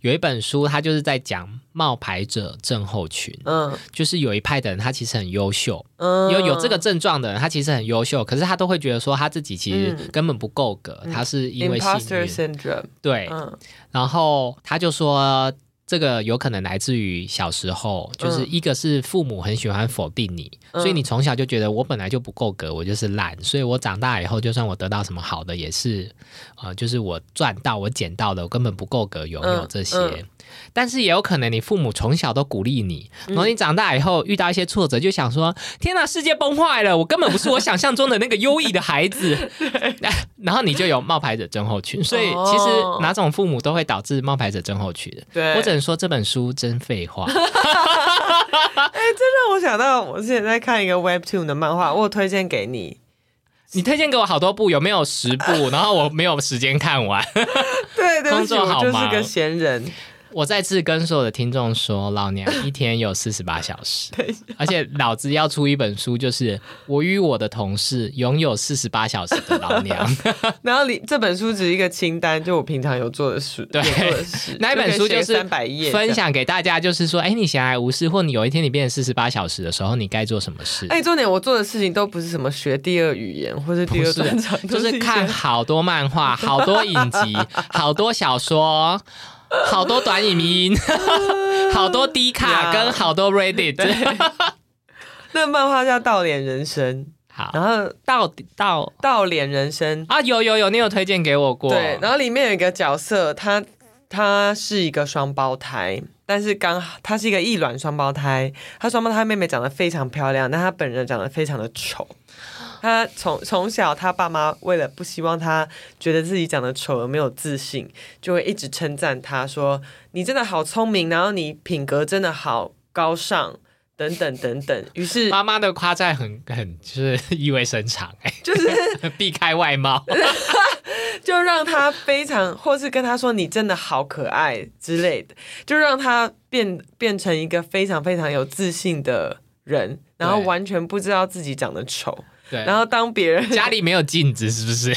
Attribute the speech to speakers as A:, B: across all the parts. A: 有一本书，它就是在讲冒牌者症候群，
B: 嗯
A: 就是有一派的人他其实很优秀，
B: 嗯，
A: 有有这个症状的人他其实很优秀，可是他都会觉得说他自己其实
B: 嗯
A: 根本不够格，他是因为幸
B: imposter
A: 运，
B: syndrome，
A: 对，
B: 嗯
A: 然后他就说。这个有可能来自于小时候，就是
B: 嗯
A: 一个是父母很喜欢否定你，
B: 嗯
A: 所以你从小就觉得我本来就不够格，我就是烂，所以我长大以后，就算我得到什么好的，也是，呃，就是我赚到我捡到的，我根本不够格拥有
B: 嗯
A: 这些。
B: 嗯
A: 但是也有可能你父母从小都鼓励你，
B: 嗯
A: 然后你长大以后遇到一些挫折，就想说：天哪，世界崩坏了，我根本不是我想象中的那个优异的孩 子。 然后你就有冒牌者症候群，所以其实
B: 哦
A: 哪种父母都会导致冒牌者症候群。
B: 对，
A: 我只能说这本书真废话。
B: 让我想到我之前在看一个 Webtoon 的漫画，我有推荐给你。
A: 你推荐给我好多部，有没有十 部？然后我没有时间看完。
B: 对，对
A: 工
B: 不起，
A: 作好
B: 我就是
A: 忙
B: 个 闲人。
A: 我再次跟所有的听众说，老娘一天有四十八小时，而且老子要出一本书，就是《我与我的同事拥有四十八小时的老娘》。
B: 然后里这本书只是一个清单，就我平常有做的事，
A: 对
B: 有做的事。
A: 那一本书就是
B: 三百页
A: 分。享给大家，就是说，哎，你闲来无事，或你有一天你变成四十八小时的时候，你该做什么事？
B: 哎，重点我做的事情都不是什么学第二语言或是第
A: 不
B: 二
A: 是
B: 专长，，
A: 就
B: 都
A: 是
B: 是一些
A: 看好多漫 画、好多影集、好多小说、好多短影 音、好多 D 卡
B: Yeah
A: 跟好多 Reddit。
B: 那漫画叫《倒脸人生
A: 好》，，
B: 然后《
A: 到到
B: 倒脸人生》
A: 啊，有有有，你有推荐给我过。
B: 对，然后里面有一个角色，他他是一个双胞胎，但是刚好他是一个异卵双胞胎，他双胞胎妹妹长得非常漂亮，但他本人长得非常的丑。他从从小，他爸妈为了不希望他觉得自己长得丑而没有自信，就会一直称赞他说：“你真的好聪明，然后你品格真的好高尚，等等等等。”于是
A: 妈妈的夸赞很很就是意味深长，哎，
B: 就是
A: 避开外 貌，
B: 就让他非常，或是跟他说你真的好可爱之类的，就让他变变成一个非常非常有自信的人，然后
A: 对
B: 完全不知道自己长得丑，
A: 对，
B: 然后当别人
A: 家里没有镜子是不是？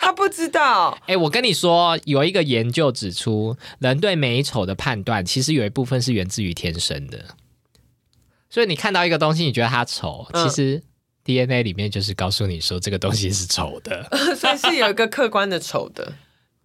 B: 他不知道，
A: 哎，我跟你说，有一个研究指出，人对美丑的判断其实有一部分是源自于天生的。所以你看到一个东西，你觉得它丑，
B: 嗯
A: 其实 DNA 里面就是告诉你说这个东西是丑的，
B: 所以是有一个客观的丑的，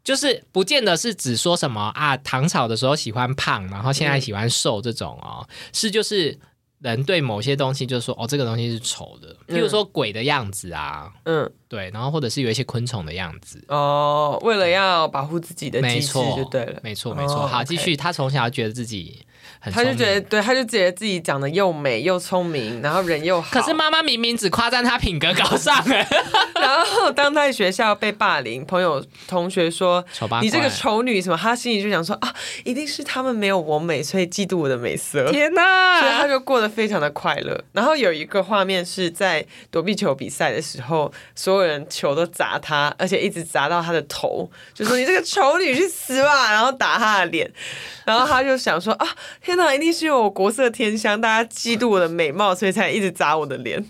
A: 就是不见得是只说什么啊，唐朝的时候喜欢胖，然后现在喜欢瘦这种哦，是就是人对某些东西就是说哦，这个东西是丑的，
B: 嗯
A: 譬如说鬼的样子啊，
B: 嗯，
A: 对，然后或者是有一些昆虫的样子。
B: 哦，为了要保护自己的
A: 没
B: 机制
A: 错，
B: 就对了。
A: 没错，
B: 哦
A: 没错。好，
B: OK
A: 继续。他从小觉得自己很
B: 他
A: 聪
B: 就
A: 明，
B: 觉得，对，他就觉得自己长得又美又聪明，然后人又好。
A: 可是妈妈明明只夸赞他品格高尚， 哎
B: 然后当他在学校被霸凌，朋友同学说
A: 丑八怪
B: 你这个丑女什么，他心里就想说啊，一定是他们没有我美，所以嫉妒我的美色。
A: 天 啊
B: 所以
A: 哪
B: 他！就过得非常的快乐。然后有一个画面是在躲避球比赛的时候，所有人球都砸他，而且一直砸到他的头，就说你这个丑女去死吧，然后打他的脸。 然后他就想说啊，天哪，一定是因为我国色天香，大家嫉妒我的美貌，所以才一直砸我的脸。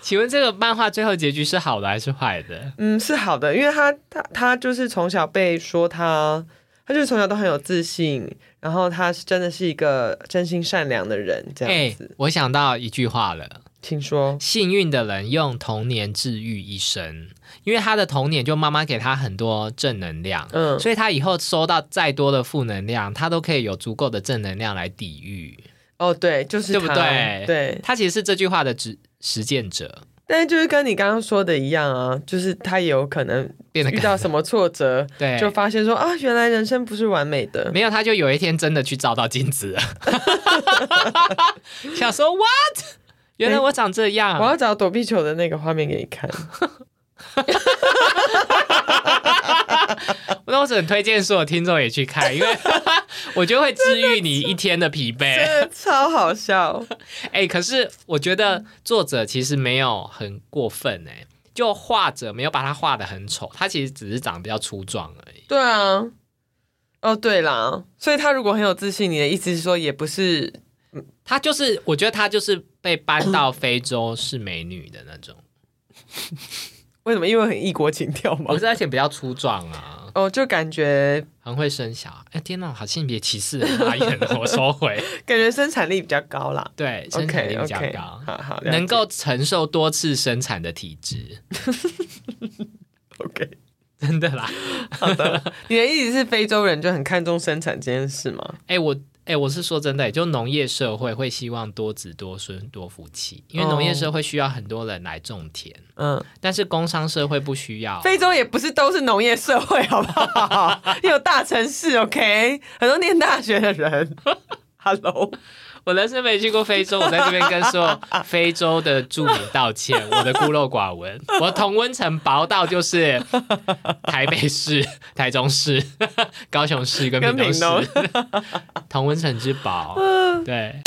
A: 请问这个漫画最后结局是好的还是坏的？
B: 嗯，是好的，因为他他他就是从小被说他，他就是从小都很有自信，然后他是真的是一个真心善良的人，这样
A: 哎
B: 子。，
A: 我想到一句话了。
B: 请说，
A: 幸运的人用童年治愈一生，因为他的童年就妈妈给他很多正能量，
B: 嗯，
A: 所以他以后收到再多的负能量，他都可以有足够的正能量来抵御。
B: 哦，对，就是
A: 对不
B: 他
A: 对
B: 对，
A: 他其实是这句话的实实践者，
B: 但是就是跟你刚刚说的一样啊，就是他也有可能
A: 变得
B: 遇到
A: 更
B: 什么挫折，
A: 对，
B: 就发现说啊，原来人生不是完美的。
A: 哎没有他就有一天真的去照到镜子了， 想说 what？原来我长这
B: 我
A: 样，啊
B: 要找躲避球的那个画面给你看。
A: 那我只能推荐所有听众也去看，因为 我觉得会治愈你一天的疲惫。
B: 真的超好笑，
A: 哎、可是我觉得作者其实没有很过分哎、就画者没有把他画的很丑，他其实只是长得比较粗壮而已。
B: 对啊，哦对啦，所以他如果很有自信，你的意思是说也不是
A: 他就是，我觉得他就是被搬到非洲是美女的那种，
B: 为什么？因为很异国情调嘛
A: 不。是，而且比较粗壮啊。
B: 哦，就感觉
A: 很会生小孩。哎，天哪，好性别歧视的发言 哦，我收回。
B: 感觉生产力比较高啦。
A: 对，生产
B: OK
A: 力比较
B: OK，
A: 高，
B: 好好，了解
A: 能够承受多次生产的体质，
B: OK。
A: 真的啦。
B: 好的，你的意思是非洲人就很看重生产这件事吗？
A: 哎，我哎，我是说真的，就农业社会会希望多子多孙多福气，因为农业社会需要很多人来种田，
B: 嗯，
A: 但是工商社会不需要啊。
B: 非洲也不是都是农业社会，好不 好？也有大城市，OK，很多念大学的 人。Hello，
A: 我人生没去过非洲，我在这边跟所有非洲的住民道歉，我的孤陋寡闻，我同温层薄到 就是台北市、 台中市、高雄市跟
B: 跟
A: 屏东
B: 屏东
A: 市， 同温层之薄。 对，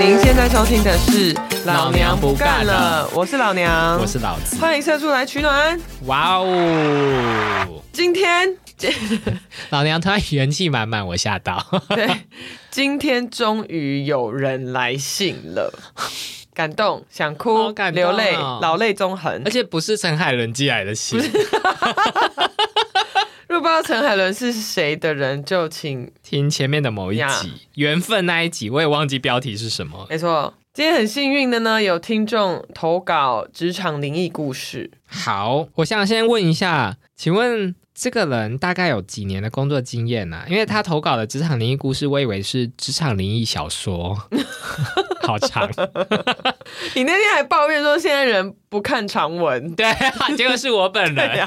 B: 您现在收听的是《
A: 老娘不干了》，
B: 我是老娘，
A: 我是老子，
B: 欢迎社畜来取暖。
A: 哇哦！
B: 今天，
A: 老娘突然元气满满，我吓到。
B: 对，今天终于有人来信了， 感动，想哭，
A: 好感动哦
B: 流泪，老泪纵横
A: 而。且不是陈海伦寄来的信，
B: 若不知道陈海伦是谁的人，就请
A: 听前面的某一
B: 呀
A: 集缘分那一集，我也忘记标题是什么。
B: 没错。今天很幸运的呢，有听众投稿职场灵异故事。
A: 好，我想先问一下，请问这个人大概有几年的工作经验呢、啊？因为他投稿的职场灵异故事，我以为是职场灵异小说， 好 长。
B: 你那天还抱怨说现在人不看长文，
A: 对、啊，结果是我本人。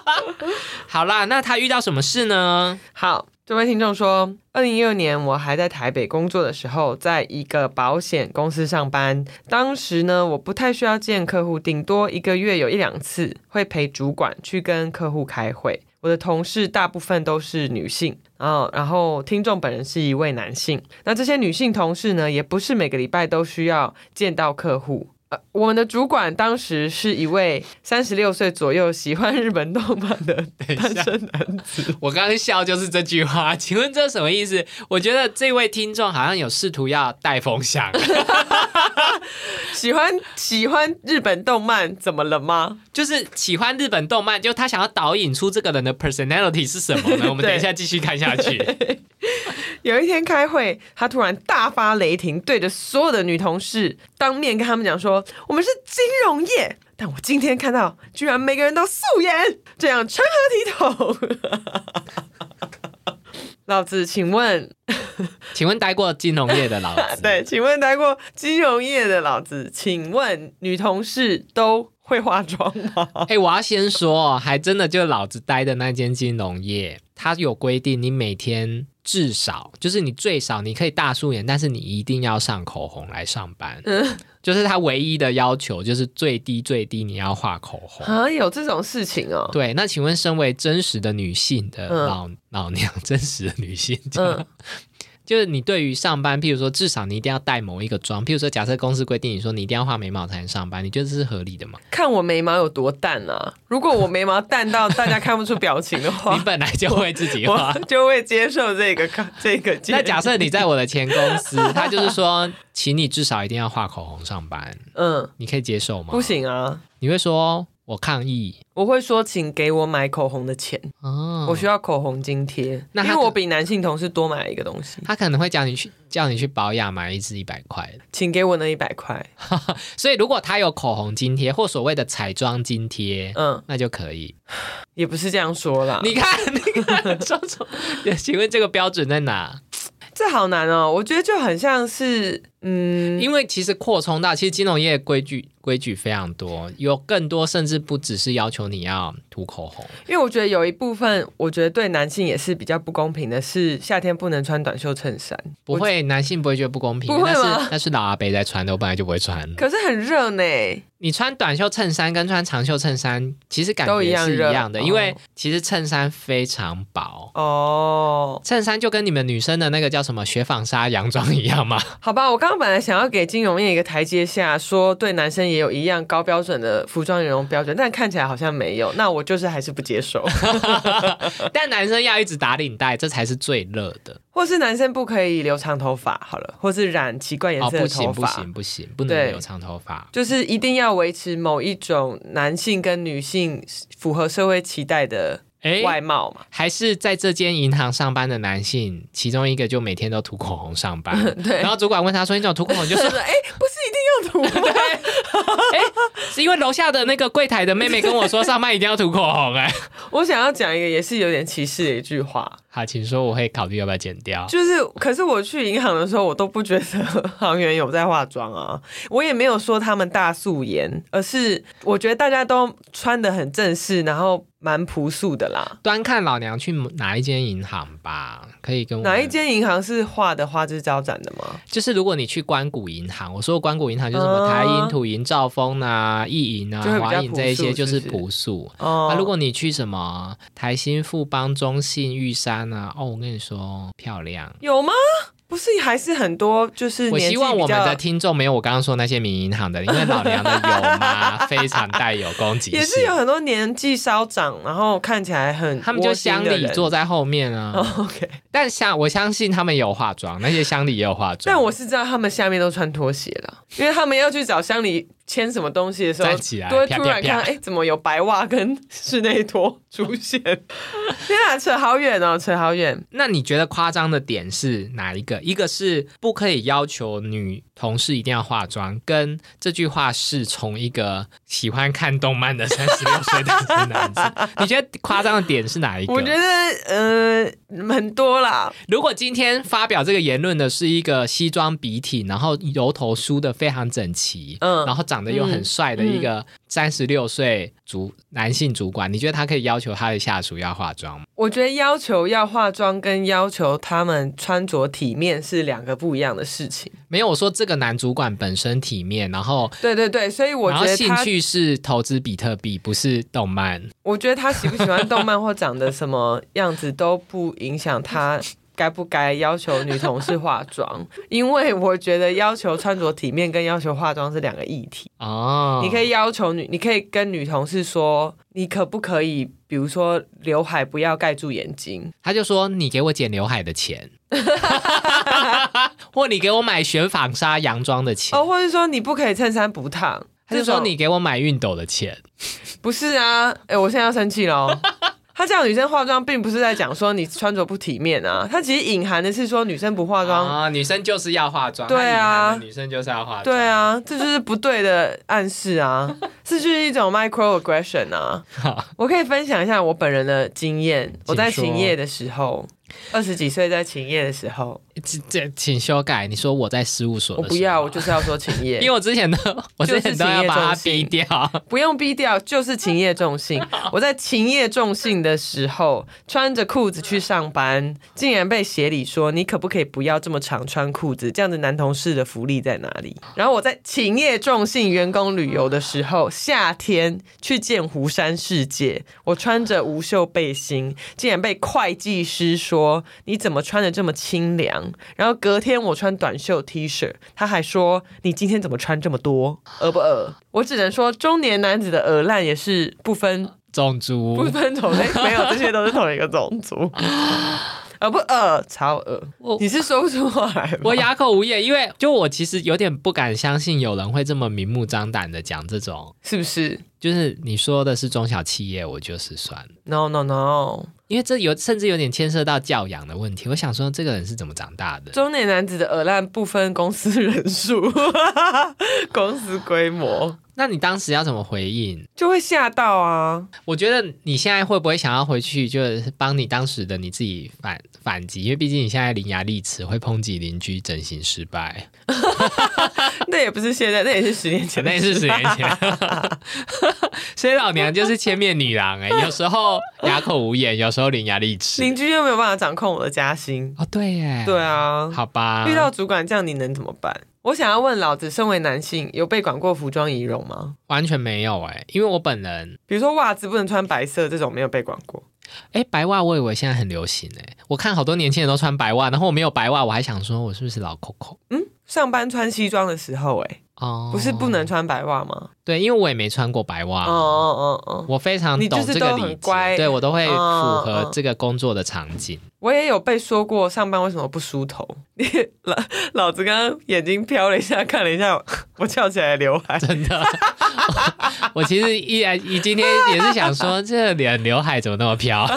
A: 好啦，那他遇到什么事呢？
B: 好，这位听众说，二零一六年我还在台北工作的时候，在一个保险公司上班。当时呢，我不太需要见客户，顶多一个月有一两次会陪主管去跟客户开会。我的同事大部分都是女性，然后然后听众本人是一位男性。那这些女性同事呢，也不是每个礼拜都需要见到客户。呃，我们的主管当时是一位三十六岁左右、喜欢日本动漫的
A: 等一
B: 单
A: 下
B: 身男
A: 我刚刚笑就是这句话，请问这什么意思？我觉得这位听众好像有试图要带风向，
B: 喜欢喜欢日本动漫，怎么了吗？
A: 就是喜欢日本动漫，就他想要导引出这个人的 personality 是什么呢？我们等一下继续看下去。
B: 有一天开会，他突然大发雷霆，对着所有的女同事当面跟他们讲说：“我们是金融业，但我今天看到居然每个人都素颜，这样成何体统？” 老子，请问，
A: 请问待过金融业的老 子，
B: 对，请问待过金融业的老子，请问女同事都会化妆吗？
A: 哎、我要先说哦，还真的就老子待的那间金融业，它有规定，你每天至少就是你最少你可以大素颜，但是你一定要上口红来上班。就是它唯一的要求，就是最低最低你要画口红。
B: 啊，有这种事情哦。
A: 对，那请问身为真实的女性的
B: 嗯
A: 老、老娘，真实的女性，
B: 嗯
A: 就是你对于上班，譬如说至少你一定要带某一个妆，譬如说假设公司规定你说你一定要画眉毛才能上班，你觉得这是合理的吗？
B: 看我眉毛有多淡啊！如果我眉毛淡到大家看不出表情的
A: 你
B: 话，
A: 本来就会自己画
B: 我，就会接受这个这个建议。
A: 那假设你在我的前公 司，他就是说，请你至少一定要画口红上班，
B: 嗯
A: 你可以接受吗？
B: 不，行啊，
A: 你会说我抗议
B: 我会说请给我买口红的钱，
A: 哦。
B: 我需要口红津贴，
A: 那
B: 因
A: 他
B: 为我比男性同事多买一个东西，
A: 他可能会叫你去叫你去保养买一支一百块的，
B: 请给我那一百块。
A: 所以如果他有口红津贴或所谓的彩妆津贴，
B: 嗯，
A: 那就可以。
B: 也不是这样说啦，
A: 你看，你看，周总，请问这个标准在哪？
B: 这好难哦。我觉得就很像是，嗯，
A: 因为其实扩充到，其实金融业规矩规矩非常多，有更多甚至不只是要求你要涂口红。
B: 因为我觉得有一部分，我觉得对男性也是比较不公平的是，夏天不能穿短袖衬衫。
A: 不会，男性不会觉得不公平，
B: 不会
A: 那
B: 吗
A: 是那是老阿伯在穿的，我本来就不会穿。
B: 可是很热呢，
A: 你穿短袖衬衫跟穿长袖衬衫，其实感
B: 都
A: 觉
B: 一样
A: 是一
B: 热
A: 样的，
B: 哦
A: 因为其实衬衫非常薄。
B: 哦，
A: 衬衫就跟你们女生的那个叫什么雪纺纱洋装一样嘛，
B: 好吧，我刚刚本来想要给金融业一个台阶下，说对男生也也有一样高标准的服装仪容标准，但看起来好像没有，那我就是还是不接 受。
A: 但男生要一直打领带，这才是最热的。
B: 或是男生不可以留长头发，好了，或是染奇怪颜
A: 哦，
B: 色
A: 不
B: 的头
A: 行不
B: 发，
A: 行不行，不能
B: 对
A: 留长头发。
B: 就是一定要维持某一种男性跟女性符合社会期待的
A: 哎，
B: 外貌 嘛。
A: 还是在这间银行上班的男性，其中一个就每天都涂口红上班。
B: 对
A: 然后主管问他说：“你怎么涂口红？”你就说
B: 对哎、不是一 定要涂吗？
A: 哎是因为楼下的那个柜台的妹妹跟我说，上班一定要涂口红、哎，
B: 我想要讲一个也是有点歧视的一句话，
A: 好，请说，我会考虑要不要剪掉。
B: 就是，可是我去银行的时候，我都不觉得 行员有在化妆啊，我也没有说他们大素颜，而是我觉得大家都穿的很正式，然后蛮朴素的啦。
A: 端看老娘去哪一间银行吧，可以跟我
B: 哪一
A: 们？
B: 间银行是画的花枝招展的吗？
A: 就是如果你去关谷银行，我说的关谷银行就是什么
B: 啊
A: 台银、土银、兆丰啊、意银啊
B: 嗯就会、比较
A: 华银这一些，
B: 朴素
A: 就是
B: 是不是
A: 朴素。
B: 哦、
A: 啊，如果你去什么台新、富邦、中信、玉山啊，哦，我跟你说漂亮。
B: 有吗？不是，还是很多就是
A: 我
B: 年
A: 希
B: 纪
A: 望
B: 比
A: 我们
B: 较
A: 的听众没有我刚刚说那些民营行的，因为老娘的有 吗？非常带有攻击性，
B: 也是有很多年纪稍长，然后看起来很
A: 他们就
B: 窝心
A: 乡
B: 的
A: 里
B: 人
A: 坐在后面
B: 哦
A: 啊。
B: OK，
A: 但相我相信他们也有化妆，那些乡里也有化 妆。
B: 但我是知道他们下面都穿拖鞋了，因为他们要去找乡里签什么东西的时候
A: 站，起来，
B: 都会
A: 啪
B: 突
A: 啪
B: 然看，
A: 啪
B: 哎、，怎么有白袜跟室内拖出现？ 天啊，扯好远哦，扯好远。
A: 那你觉得夸张的点是哪一个？一个是不可以要求女同事一定要化妆，跟这句话是从一个喜欢看动漫的三十六岁的男 子，你觉得夸张的点是哪一个？
B: 我觉得呃很多啦，
A: 如果今天发表这个言论的是一个西装笔挺，然后油头梳的非常整齐，
B: 嗯
A: 然后长得又很帅的一个三十六岁主男性主管，你觉得他可以要求他的下属要化妆吗？
B: 我觉得要求要化妆跟要求他们穿着体面是两个不一样的事情。
A: 没有，我说这个男主管本身体面，然后
B: 对对对，所以我
A: 然
B: 觉
A: 后
B: 得
A: 兴
B: 他，
A: 趣是投资比特币，不是动漫。
B: 我觉得他喜不喜欢动漫或长得什么样子都不影响他。 该不该要求女同事化妆？因为我觉得要求穿着体面跟要求化妆是两个议题。
A: 哦，
B: 你可以要求女，你可以跟女同事说，你可不可以，比如说刘海不要盖住眼睛，
A: 他就说你给我剪刘海的 钱，或你给我买选纺纱洋装的钱，
B: 哦，或者说你不可以衬衫不烫。
A: 他就说
B: 这种
A: 你给我买熨斗的钱。
B: 不是啊，哎、我现在要生气喽。 他叫女生化妆，并不是在讲说你穿着不体面啊，他其实隐含的是说女生不化妆。
A: 啊，女生就是要化妆，她
B: 对啊
A: 隐含的女生就是要化妆，
B: 对，啊，这就是不对的暗 示啊，这就是一种 microaggression 啊。我可以分享一下我本人的经验，我在
A: 说
B: 勤业的时候，二十几岁在勤业的时候，
A: 这这请修改，你说我在事务所
B: 我
A: 的时候，
B: 不要，我就是要说勤业，
A: 因为我之前都，我之前都要把它逼掉，
B: 不用逼掉，就是勤业重信。我在勤业重信的时候，穿着裤子去上班，竟然被协理说你可不可以不要这么常穿裤子？这样子男同事的福利在哪里？然后我在勤业重信员工旅游的时候，夏天去见湖山世界，我穿着无袖背心，竟然被会计师说你怎么穿的这么清凉？然后隔天我穿短袖 T 恤，他还说你今天怎么穿这么多，恶不恶？我只能说中年男子的恶烂也是不分
A: 种
B: 不
A: 族。
B: 分种类，没有这些都是同一个种族，恶不恶？超恶
A: 我！
B: 你是说不出话来吗？
A: 我哑口无言，因为就我其实有点不敢相信有人会这么明目张胆的讲这种，
B: 是不是
A: 就是你说的是中小企业，我就是算了，
B: ？No No No！
A: 因为这有甚至有点牵涉到教养的问题。我想说这个人是怎么长大的？
B: 中年男子的恶烂不分公司人数、 公司规模，
A: 那你当时要怎么回应？
B: 就会吓到啊！
A: 我觉得你现在会不会想要回去，就是帮你当时的你自己反反击？因为毕竟你现在伶牙俐齿，会抨击邻居整形失败，
B: 那也不是现在，那也是十 年前
A: 前
B: 的
A: 那也是十年前。 所以老娘就是千面女郎哎、有时候哑口无言，有时候伶牙俐齿。
B: 邻居又没有办法掌控我的加薪。
A: 哦，对耶，
B: 对，啊，
A: 好吧。
B: 遇到主管这样，你能怎么办？我想要问老子，身为男性，有被管过服装仪容吗？
A: 完全没有哎、因为我本人
B: 比如说袜子不能穿白色这种，没有被管过。
A: 哎、白袜，我以为欸现在很流行哎、我看好多年轻人都穿白袜，然后我没有白袜，我还想说我是不是老 Coco？
B: 嗯上班穿西装的时候、欸，哎，
A: 哦，
B: 不是不能穿白袜吗？
A: 对，因为我也没穿过白袜，
B: 哦哦哦哦，
A: 我非常
B: 你就
A: 懂
B: 是
A: 这个
B: 都
A: 理
B: 很
A: 解，
B: 乖
A: 对我都会符
B: 嗯
A: 合
B: 嗯
A: 这个工作的场景。
B: 我也有被说过上班为什么不梳头。 老老子刚刚眼睛瞟了一下，看了一下我 我翘起来的刘海，
A: 真的。我其实依然，你今天也是想说，这脸刘海怎么那么飘？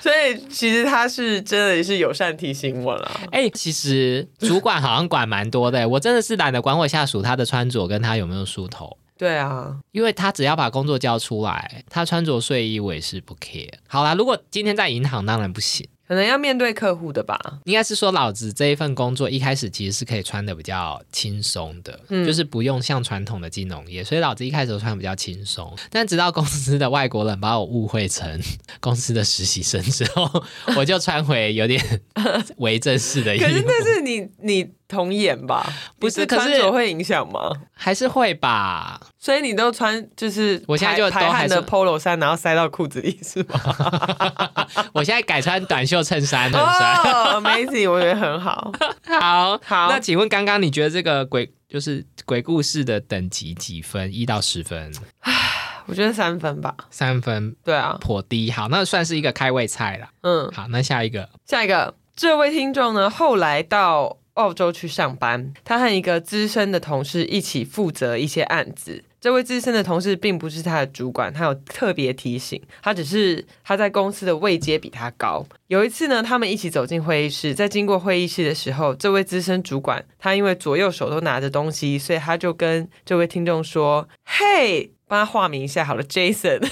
B: 所以其实他是真的也是友善提醒我了。
A: 哎、其实主管好像管蛮多的，欸我真的是懒得管我下属他的穿着跟他有没有梳头，
B: 对啊，
A: 因为他只要把工作交出来，他穿着睡衣我也是不 care。好啦，如果今天在银行当然不行，
B: 可能要面对客户的吧。
A: 应该是说老子这一份工作一开始其实是可以穿的比较轻松的，
B: 嗯
A: 就是不用像传统的金融业，所以老子一开始都穿得比较轻松。但直到公司的外国人把我误会成 公司的实习生之后， 我就穿回有点 为正式的衣
B: 可是
A: 服，
B: 那是你你童颜吧？
A: 不是
B: 你的
A: 可是
B: 穿着会影响吗？
A: 还是会吧？
B: 所以你都穿就是
A: 我现在
B: 排
A: 就都
B: 排
A: 还
B: 汗
A: 是
B: 的 polo 衫，然后塞到裤子里是吗？
A: 我现在改穿短袖衬衫， 很帅。
B: 哦，amazing，我觉得很好。
A: 好，
B: 好
A: 那请问刚刚你觉得这个鬼就是鬼故事的等级几分？一到十分，
B: 我觉得三分吧。
A: 三分
B: 对啊，
A: 颇低。好，那算是一个开胃菜啦。
B: 嗯，
A: 好，那下一个。
B: 下一个这位听众呢，后来到澳洲去上班，他和一个资深的同事一起负责一些案子。这位资深的同事并不是他的主管，他有特别提醒他，只是他在公司的位阶比他高。有一次呢，他们一起走进会议室，在经过会议室的时候，这位资深主管他因为左右手都拿着东西，所以他就跟这位听众说：“嘿，帮他化名一下好了，Jason。”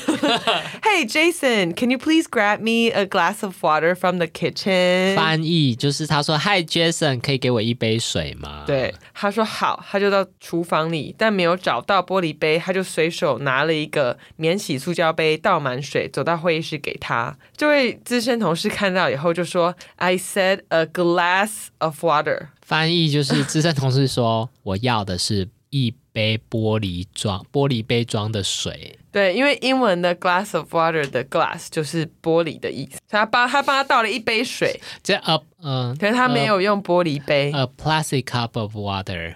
B: Hey Jason, can you please grab me a glass of water from the kitchen？
A: 翻译就是他说：“Hi Jason，可以给我一杯水吗？”，
B: 对，他说好，他就到厨房里，但没有找到玻璃杯，他就随手拿了一个免洗塑胶杯，倒满水，走到会议室给他。这位资深同事看到以后就说：“I said a glass of water。
A: 翻译就是资深同事说：“我要的是一杯玻璃装 玻璃杯装的水。”
B: 对，因为英文的 glass of water 的 glass 就是玻璃的意思，所以他帮他帮他倒了一杯水，”
A: 这 a 嗯、
B: 可是他没有用玻璃杯。
A: a plastic cup of water，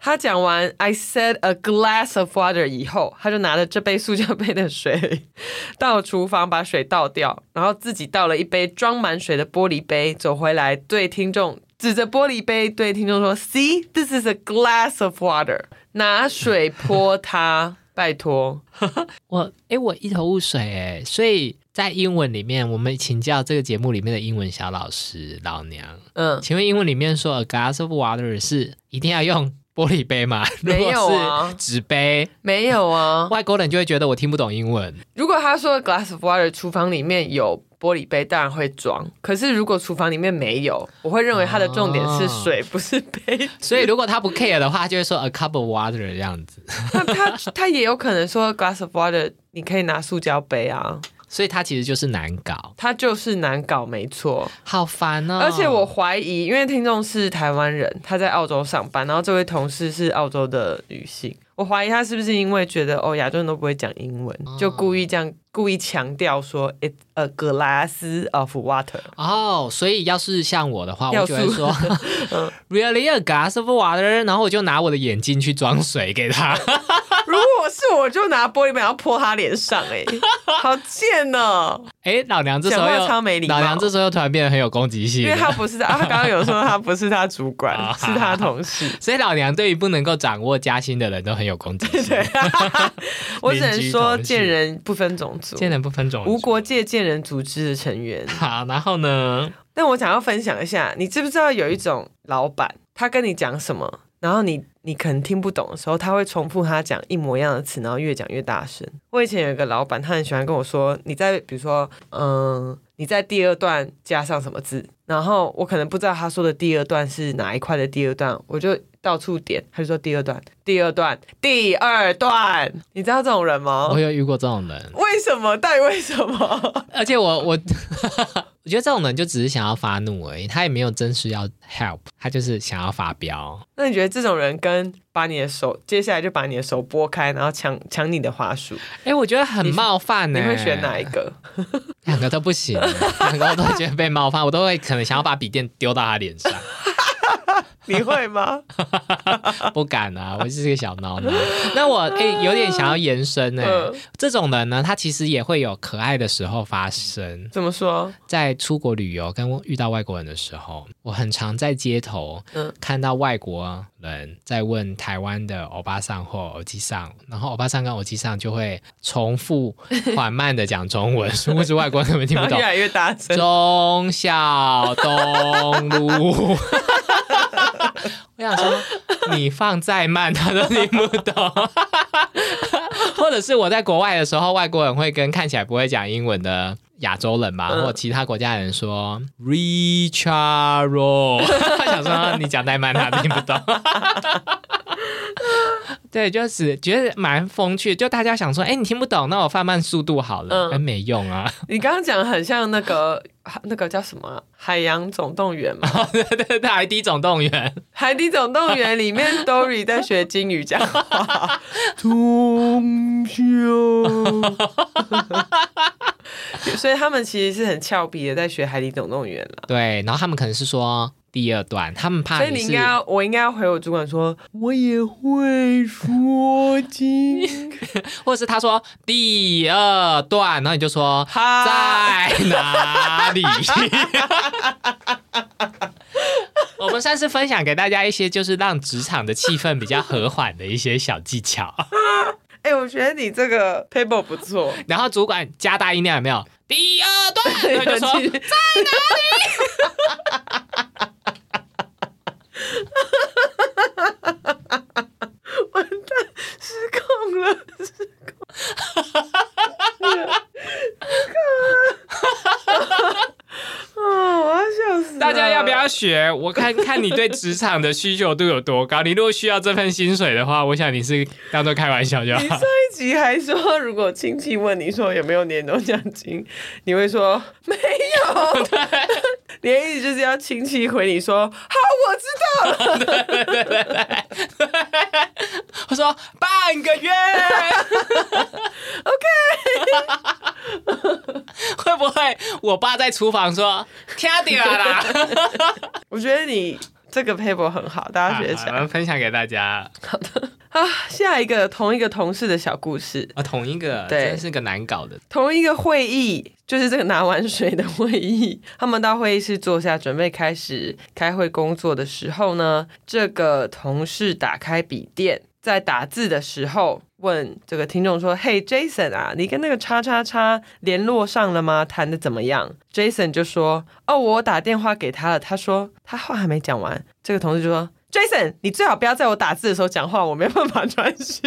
B: 他讲完 "I said a glass of water" 以后，他就拿着这杯塑胶杯的水 到厨房把水倒掉，然后自己倒了一杯装满水的玻璃杯，走回来对听众指着玻璃杯对听众说：“See, this is a glass of water。”拿 水泼他，拜托。
A: 我诶，我一头雾水诶，所以在英文里面，我们请教这个节目里面的英文小老师老娘，
B: 嗯，
A: 请问英文里面说 “a glass of water” 是一定要用玻璃杯吗？
B: 没有啊
A: 如果是纸杯，
B: 没有啊。
A: 外国人就会觉得我听不懂英文。
B: 如果他说 glass of water，厨房里面有玻璃杯，当然会装。可是如果厨房里面没有，我会认为他的重点是
A: 哦
B: 水，不是杯
A: 所以如果他不 care 的话，他就会说 a cup of water 这样子。
B: 他他他也有可能说 glass of water，你可以拿塑胶杯啊，
A: 所以他其实就是难搞，
B: 他就是难搞，没错。
A: 好烦哦。
B: 而且我怀疑，因为听众是台湾人，他在澳洲上班，然后这位同事是澳洲的女性，我怀疑他是不是因为觉得哦亚洲人都不会讲英文，
A: 哦
B: 就故意这样故意强调说 it's a glass of water。
A: 哦所以要是像我的话，
B: 要
A: 哦
B: 嗯
A: 我
B: 素
A: 就会 说 really a glass of water，然后我就拿我的眼睛去装水给 他。
B: 如果是我就拿玻璃杯然后泼他脸上、 哎，好贱哦！
A: 哎，老娘这时候
B: 讲
A: 又
B: 话超没礼貌
A: 老娘这时候又突然变得很有攻击性
B: 因为
A: 了。
B: 他不是他，他 刚刚有说他不是他主管，
A: 啊
B: 是他同 事。
A: 所以老娘对于不能够掌握加薪的人都很有攻击 性，
B: 我只能
A: 邻居
B: 说
A: 同事
B: 见人不分种族，
A: 见人不分种族
B: 无国。界见人组织的成员。
A: 好，然后呢？
B: 但我想要分享一下，你知不知道有一种老板，他跟你讲什么，然后你你可能听不懂的时候，他会重复他讲一模一样的词，然后越讲越大声。我以前有一个老板，他很喜欢跟我说，你在比如说，嗯，你在第二段加上什么字，然后我可能不知道他说的第二段是哪一块的第二段，我就到处点，他就说第二段，第二段，第二段，你知道这种人吗
A: 我？有遇过这种人，
B: 为什么？到底为什么？
A: 而且我 我我觉得这种人就只是想要发怒而已，他也没有真实要 help，他就是想要发飙。
B: 那你觉得这种人跟把你的手，接下来就把你的手拨开，然后抢抢你的花束，
A: 哎，我觉得很冒犯呢、
B: 你会选哪一？个？
A: 两个都不行，两个我都觉得被冒犯，我都会可能想要把笔电丢到他脸上，
B: 你会吗？
A: 不敢啊，我就是个小孬孬。那我哎，有点想要延伸呢、
B: 嗯
A: 这种人呢，他其实也会有可爱的时候发生。
B: 怎么说？
A: 在出国旅游跟遇到外国人的时候，我很常在街头
B: 嗯
A: 看到外国人在问台湾的欧巴桑或欧基桑，然后欧巴桑跟欧基桑就会重复缓慢的讲中文，殊不知外国人根本听
B: 然
A: 不懂
B: 后越。来越大声，
A: 忠孝东路，我想说你放再慢他都听不懂， 或者是我在国外的时候，外国人会跟看起来不会讲英文的亚洲人嘛，
B: 嗯
A: 或其他国家人说 Richard Roll，想说你讲太慢他听不 懂。对，就是觉得蛮风趣，就大家想说，哎、你听不懂，那我放慢速度好了，
B: 嗯
A: 哎、没用啊。
B: 你刚刚讲得很像那个 那个叫什么啊、海洋总动员》嘛，《
A: 对对 对，海底总动员，
B: 海底总动员》里面 Dory 在学金鱼讲 话，中秋。 所以他们其实是很俏皮的，在学《海底总动员》啦。
A: 对，然后他们可能是说第二段，他们怕
B: 所以
A: 你
B: 啊你
A: 是
B: 应该要，我应该要回我主管说，我也会说金
A: 或者是他说第二段，然后你就说
B: 哈。
A: 在哪里？ 我们算是分享给大家一些，就是让职场的气氛比较和缓的一些小技巧。
B: 哎、我觉得你这个 paper 不错。
A: 然后主管加大音量有没有？第二段，然后 你就说
B: 失控了，失控了，失控 了！啊，我要 笑死！
A: 大家要不？要学？我看看你对职场的需求度有多高。你如果需要这份薪水的话，我想你是当做开玩笑就
B: 你
A: 好
B: 上。一集还说，如果亲戚问你说有没有年终奖金，你会说没 有。你的意思就是要亲戚回你说好，我知道。
A: 我说半个 月，OK，会不会我爸在厨房说听到 啦？
B: 我觉得你这个 paper 很好，大家学起
A: 好
B: 来
A: 了分享给大家。
B: 啊。下一个同一个同事的小故事，
A: 啊，同一个
B: 对
A: 真是个难搞的，
B: 同一个会议，就是这个拿完水的会议，他们到会议室坐下，准备开始开会工作的时候呢，这个同事打开笔电，在打字的时候问这个听众说：“嘿，Jason 啊，你跟那个叉叉叉联络上了吗？谈的怎么样？”Jason 就说：“哦，我打电话给他了。”他说：“他话还没讲完。”这个同事就说：“Jason，你最好不要在我打字的时候讲话，我没办法专心。”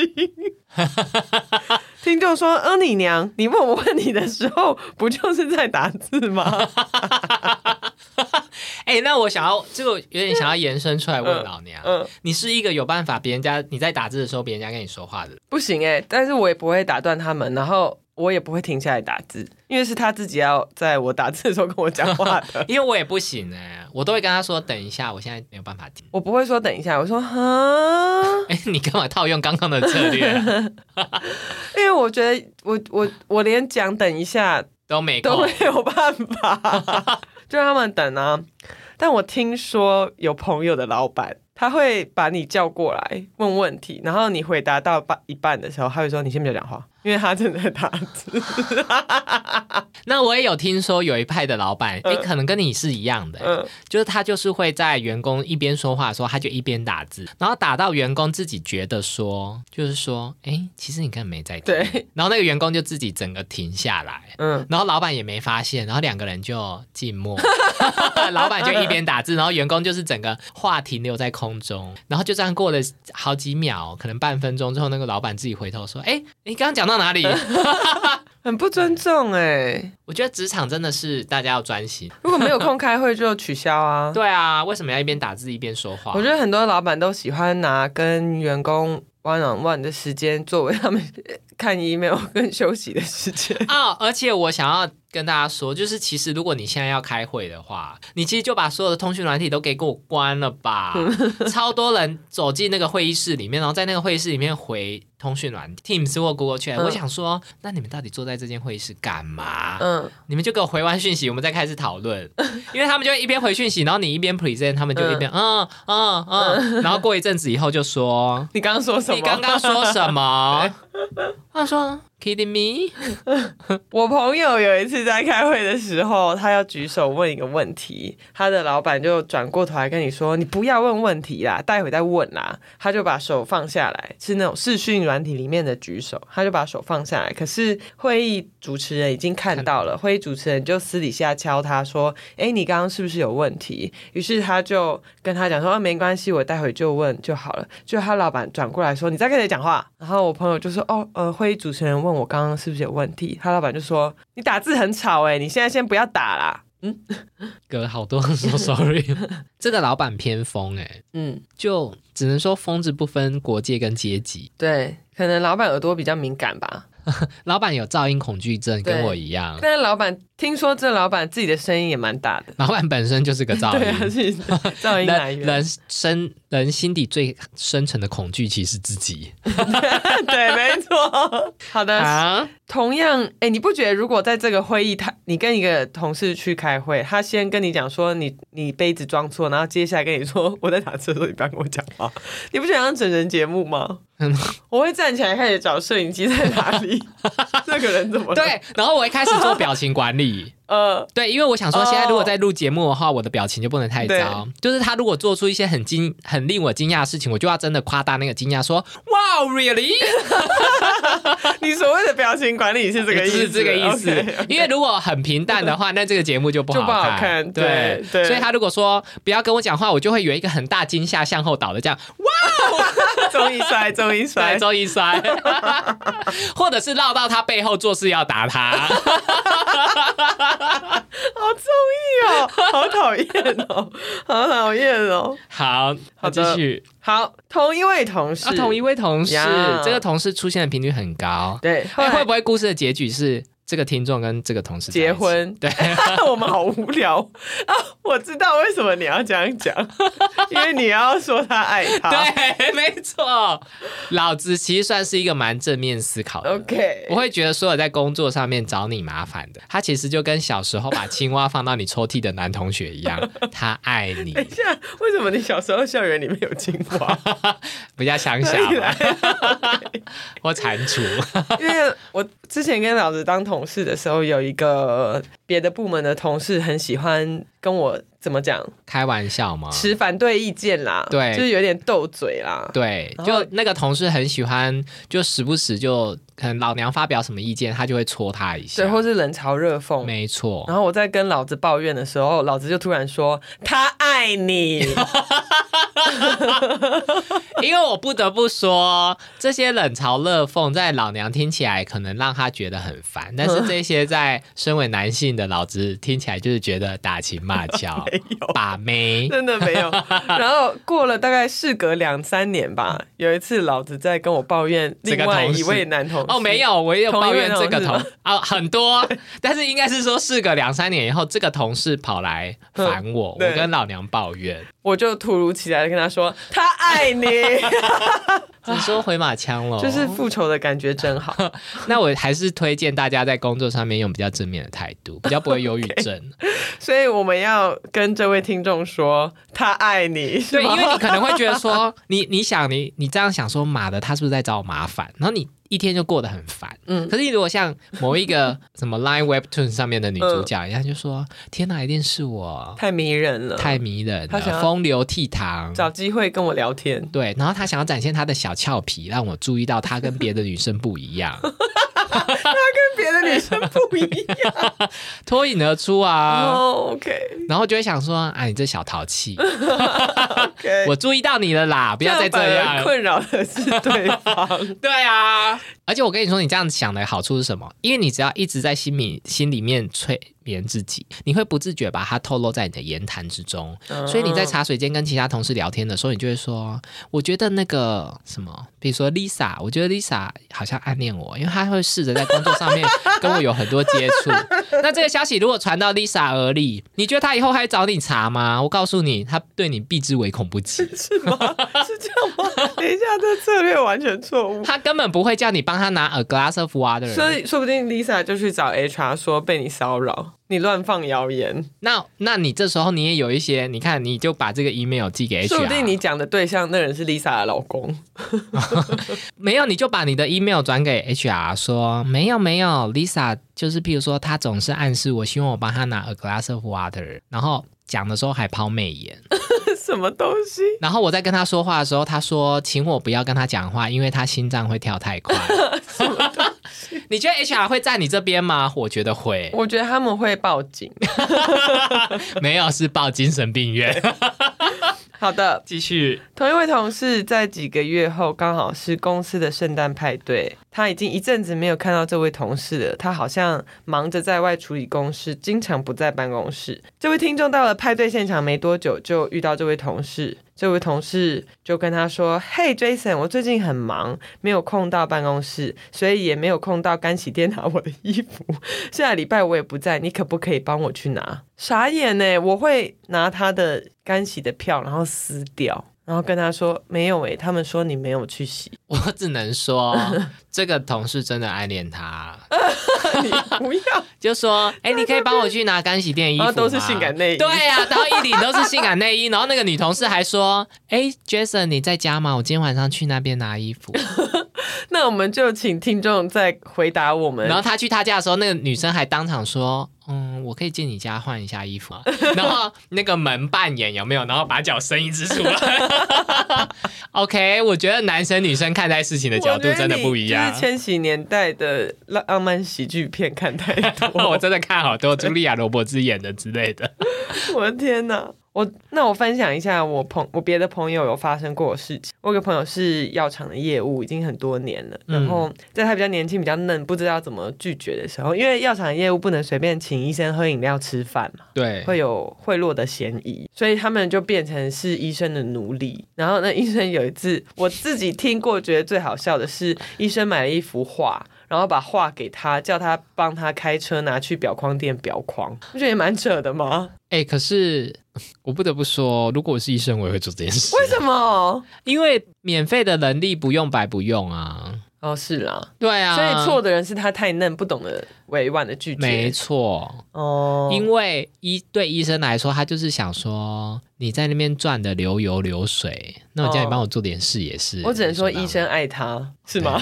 B: 听众说：“呃，你娘，你问我问你的时候，不就是在打字吗
A: 哎、那我想要这个有点想要延伸出来问
B: 嗯
A: 老娘，
B: 嗯
A: 你是一个有办法别人家你在打字的时候别人家跟你说话的人？”。
B: 不行哎、但是我也不会打断他们，然后我也不会停下来打字，因为是他自己要在我打字的时候跟我讲话的
A: 因为我也不行哎、我都会跟他说等一下，我现在没有办法听。
B: 我不会说等一下，我说哈，
A: 哎、你干嘛套用刚刚的策略啊、
B: 因为我觉得我我我连讲等一下
A: 都没
B: 都
A: 空
B: 没。有办法， 就让他们等啊。但我听说有朋友的老板，他会把你叫过来问问题，然后你回答到半一半的时候，他会说：“你先不要讲话，因为他正在打字。
A: 那我也有听说有一派的老板，哎、可能跟你是一样的、
B: 嗯
A: 就是他就是会在员工一边说话的时候，他就一边打字，然后打到员工自己觉得说，就是说，哎、其实你根本没在”听。
B: 对，
A: 然后那个员工就自己整个停下来，
B: 嗯，
A: 然后老板也没发现，然后两个人就静默， 老板就一边打字，然后员工就是整个话停留在空中，然后就这样过了好几秒，可能半分钟之后，那个老板自己回头说：“哎，你刚刚讲到哪里？”
B: 很不尊重哎、
A: 我觉得职场真的是大家要专心。
B: 如果没有空开会就取消 啊。
A: 对啊，为什么要一边打字一边说话
B: 我？觉得很多老板都喜欢拿跟员工 one on one 的时间作为他们看 email 跟休息的时间。
A: 啊、而且我想要跟大家说，就是其实如果你现在要开会的话，你其实就把所有的通讯软体都给给我关了 吧。超多人走进那个会议室里面，然后在那个会议室里面回通讯软体 Teams 或 Google Chat、
B: 嗯
A: 我想说，那你们到底坐在这间会议室干嘛？
B: 嗯，
A: 你们就给我回完讯息，我们再开始讨论。因为他们就一边回讯息，然后你一边 present，他们就一边嗯嗯嗯，然后过一阵子以后就说
B: 你刚刚说什么？
A: 你刚刚说什 么？他说 kidding me？
B: 我朋友有一次在开会的时候，他要举手问一个问题，他的老板就转过头来跟你说：“你不要问问题啦，待会再问啦。”他就把手放下来，是那种视讯软体里面的举手，他就把手放下来。可是会议主持人已经看到了，会议主持人就私底下敲他说：“哎，你刚刚是不是有问题？”于是他就跟他讲说：“哦，没关系，我待会就问就好了。”就他老板转过来说：“你再跟谁讲话？”然后我朋友就说：“哦，呃，会议主持人问我刚刚是不是有问题？”他老板就说：“你打字很吵、欸，哎，你现在先不要打啦。
A: 隔了好多人说 sorry，这 个老板偏疯哎、”
B: 嗯，
A: 就只能说疯子不分国界跟阶级。
B: 对，可能老板耳朵比较敏感吧。
A: 老板有噪音恐惧症，
B: 对
A: 跟我一样。
B: 但是老板听说这老板自己的声音也蛮大的，
A: 老板本身就是个噪
B: 对啊，
A: 音。
B: 是噪啊音来
A: 人
B: 源，
A: 人深人心底最深层的恐惧其实是自己
B: 对，没错。好的，
A: 啊，
B: 同样，哎、你不觉得如果在这个会议，他你跟一个同事去开会，他先跟你讲说你你杯子装错，然后接下来跟你说我在打字的时候你不要跟我讲话，你不觉得像整人节目吗？
A: 嗯
B: 我会站起来开始找摄影机在哪 里，这个人怎么了？
A: 对。然后我一开始做表情管 理，
B: 呃，
A: 对，因为我想说，现在如果在录节目的话，我的表情就不能太糟。就是他如果做出一些很惊、很令我惊讶的事情，我就要真的夸大那个惊讶，说哇，really，
B: 你所谓的表情管理是这个意思，
A: 是这个意思
B: OK，。
A: 因为如果很平淡的话，那这个节目就不
B: 就不好
A: 看。
B: 看
A: 对
B: 对对
A: 所以他如果说不要跟我讲话，我就会有一个很大惊吓，向后倒的这样，
B: 终于摔，终于
A: 对，
B: 摔，
A: 周一 摔，或者是绕到他背后做事要打 他。
B: 好综艺哦，好讨厌哦，好讨厌哦。
A: 好，
B: 好
A: 那继
B: 的
A: 续。
B: 好，同一位同事，
A: 啊，同一位同事
B: 呀，
A: 这个同事出现的频率很高。
B: 对，后
A: 哎
B: 来
A: 会不会故事的结局是这个听众跟这个同事在一起
B: 结？婚，
A: 对，
B: 我们好无聊啊！我知道为什么你要这样 讲，因为你要说他爱他。
A: 对，没错。老子其实算是一个蛮正面思考的人。
B: OK，
A: 我会觉得所有在工作上面找你麻烦的，他其实就跟小时候把青蛙放到你抽屉的男同学一 样，他爱你，
B: 等一下，为什么你小时候校园里面有青蛙？
A: 比较乡下
B: 哪里
A: 吧
B: 来
A: 或蟾蜍。
B: 因为我之前跟老子当同事的时候，有一个别的部门的同事很喜欢跟我怎么讲，
A: 开玩笑吗？
B: 持反对意见啦，
A: 对
B: 就是有点斗嘴啦，
A: 对，
B: 然后
A: 就那个同事很喜欢，就时不时就可能老娘发表什么意见，他就会戳他一下
B: 对，。或是冷嘲热讽。
A: 没错，
B: 然后我在跟老子抱怨的时候，老子就突然说：“他爱你。
A: 因为我不得不说，这些冷嘲热讽在老娘听起来可能让她觉得很烦，但
B: 嗯
A: 是这些在身为男性的老子听起来就是觉得打情骂俏
B: 没有，
A: 把妹
B: 真的 没有。然后过了大概事隔两三年吧，有一次老子在跟我抱怨
A: 嗯这个
B: 另外
A: 同事
B: 一位男同事，
A: 哦，没，有，我也有
B: 同一
A: 抱
B: 位
A: 怨这个
B: 同
A: 同啊、很多，但是应该是说事隔两三年以后，这个同事跑来烦我，
B: 嗯
A: 我跟老娘抱怨，
B: 我就突如其来的跟他说他爱 你，
A: 哦只说回马枪了，
B: 就是复仇的感觉真好。
A: 那我还是推荐大家在工作上面用比较正面的态度，比较不会忧 郁症。
B: 所以我们要跟这位听众说他爱你，是
A: 对，因
B: 吗？
A: 为你可能会觉得说， 你你想你你这样想说，妈的，他是不是在找我麻烦？然后你一天就过得很烦。
B: 嗯
A: 可是你如果像某一个什么 Line Webtoon 上面的女主
B: 嗯
A: 角一样，就说：“天哪，一定是我
B: 太迷人了，
A: 太迷人
B: 她想
A: 了，
B: 要
A: 风流倜傥。”
B: 找机会跟我聊天。
A: 对，然后她想要展 现她的小俏皮，让我注意到她跟别的女生不一样。
B: 别的的女生不一样。
A: 脱颖而出啊。
B: 哦，OK
A: 然后就会想说，啊，你这小淘气，
B: OK，
A: 我注意到你了啦，不要再这
B: 反而
A: 样。
B: 困扰的是对方。
A: 对啊，而且我跟你说，你这样想的好处是什么？因为你只要一直在心里心里面催眠自己，你会不自觉把它透露在你的言谈之中。 所以你在茶水间跟其他同事聊天的时候，你就会说，我觉得那个什么，比如说 Lisa，我觉得 Lisa 好像暗恋我，因为她会试着在工作上面跟我有很多接触。那这个消息如果传到 Lisa 耳里，你觉得她以后还找你查吗？我告诉你，她对你避之唯恐不 及，
B: 是吗？哦 是这样吗？等一下，这策略完全错误。
A: 她根本不会叫你帮她拿 a glass of water。
B: 所以，说不定 Lisa 就去找 HR 说被你骚扰，你乱放谣言。
A: 那那你这时候你也有一些，你看你就把这个 email 寄给 HR，
B: 说不定你讲的对象那人是 Lisa 的老公。
A: 没有你就把你的 email 转给 HR 说没有没有，Lisa 就是譬如说她总是暗示我，希望我帮她拿 a glass of water，然后讲的时候还抛媚眼，
B: 什么东西？
A: 然后我在跟她说话的时候，她说请我不要跟她讲话，因为她心脏会跳太快。 你觉得 HR 会在你这边吗？我觉得 会，
B: 我觉得他们会报警。
A: 没有是报精神病院。
B: 好的，
A: 继续，
B: 同一位同事在几个月后刚好是公司的圣诞派对，他已经一阵子没有看到这位同事了，他好像忙着在外处理公事，经常不在办公室。这位听众到了派对现场没多久，就遇到这位同事。这位同事就跟他说：“嘿，Jason，我最近很忙，没有空到办公室，所以也没有空到干洗店拿我的衣服。 下礼拜我也不在，你可不可以帮我去拿？傻眼呢，我会拿他的干洗的票，然后撕掉，然后跟他说没有诶，他们说你没有去洗，
A: 我只能说这个同事真的暗恋他。
B: 你不要，
A: 就说：“哎、你可以帮我去拿干洗店衣啊服
B: 然
A: 吗
B: 后都是性感内衣
A: 对呀、然后一领都是性感内衣。然后那个女同事还说：“哎、j a s o n 你在家吗？我今天晚上去那边拿衣服。
B: 那我们就请听众再回答我”们
A: 然。后他去他家的时候，那个女生还当场说：“嗯，我可以进你家换一下衣服吗？”然后那个门扮演有没有？然后把脚伸一只出来。OK，我觉得男生女生看待事情的角度真的不一
B: 我觉得你
A: 样
B: 就是。千禧年代的浪浪漫喜剧片看太 多，
A: 我真的看好多茱莉亚·罗伯兹演的之类的。
B: 我的天哪！我那我分享一下我朋我别的朋友有发生过的事情。我有个朋友是药厂的业务，已经很多年了。
A: 嗯
B: 然后在他比较年轻、比较嫩，不知道怎么拒绝的时候，因为药厂的业务不能随便请医生喝饮料、吃饭嘛，
A: 对，
B: 会有贿赂的嫌疑，所以他们就变成是医生的奴隶。然后那医生有一次，我自己听过觉得最好笑的是，医生买了一幅画。然后把画给他，叫他帮他开车拿去裱框店裱框，不觉得也蛮扯的吗？
A: 哎、可是我不得不说，如果我是医啊生，我也会做这件事。
B: 为什么？
A: 因为免费的能力不用白不用啊。
B: 哦，是啦，
A: 对啊，
B: 所以错的人是他太嫩，不懂得委婉的拒绝。
A: 没错，
B: 哦，
A: 因为医对医生来说，他就是想说你在那边赚的流油流水，那我叫你帮我做点事也是。
B: 哦我只能说医
A: 是吧，
B: 生爱他，是吗？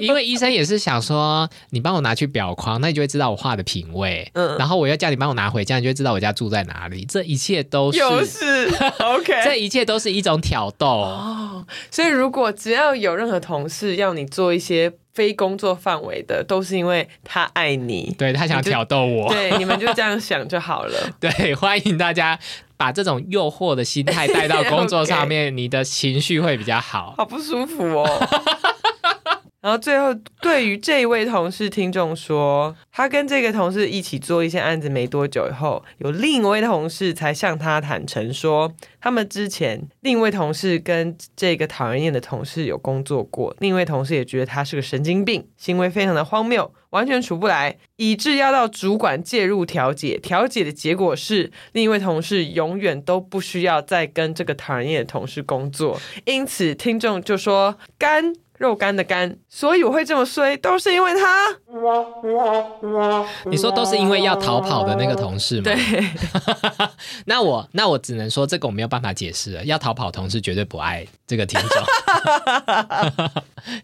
A: 因为医生也是想说你帮我拿去裱框，那你就会知道我画的品味。
B: 嗯，
A: 然后我要叫你帮我拿回家，你就会知道我家住在哪里。这一切都是，
B: 又是
A: 这
B: OK。
A: 一切都是一种挑逗。
B: 哦，所以如果只要有任何同事要你做一些非工作范围的，都是因为他爱你。
A: 对他想
B: 你就
A: 挑逗我。
B: 对，你们就这样想就好了。
A: 对，欢迎大家把这种诱惑的心态带到工作上面，你的情绪会比较 好。
B: 好不舒服哦。 然后最后，对于这一位同事听众说，他跟这个同事一起做一些案子没多久以后，有另一位同事才向他坦诚说，他们之前另一位同事跟这个讨人厌的同事有工作过，另一位同事也觉得他是个神经病，行为非常的荒谬，完全处不来，以致要到主管介入调解。调解的结果是，另一位同事永远都不需要再跟这个讨人厌的同事工作。因此，听众就说干。肉干的干，所以我会这么衰，都是因为他。
A: 你说都是因为要逃跑的那个同事吗？对。那我那我只能说，这个我没有办法解释了。要逃跑同事绝对不爱这个听众。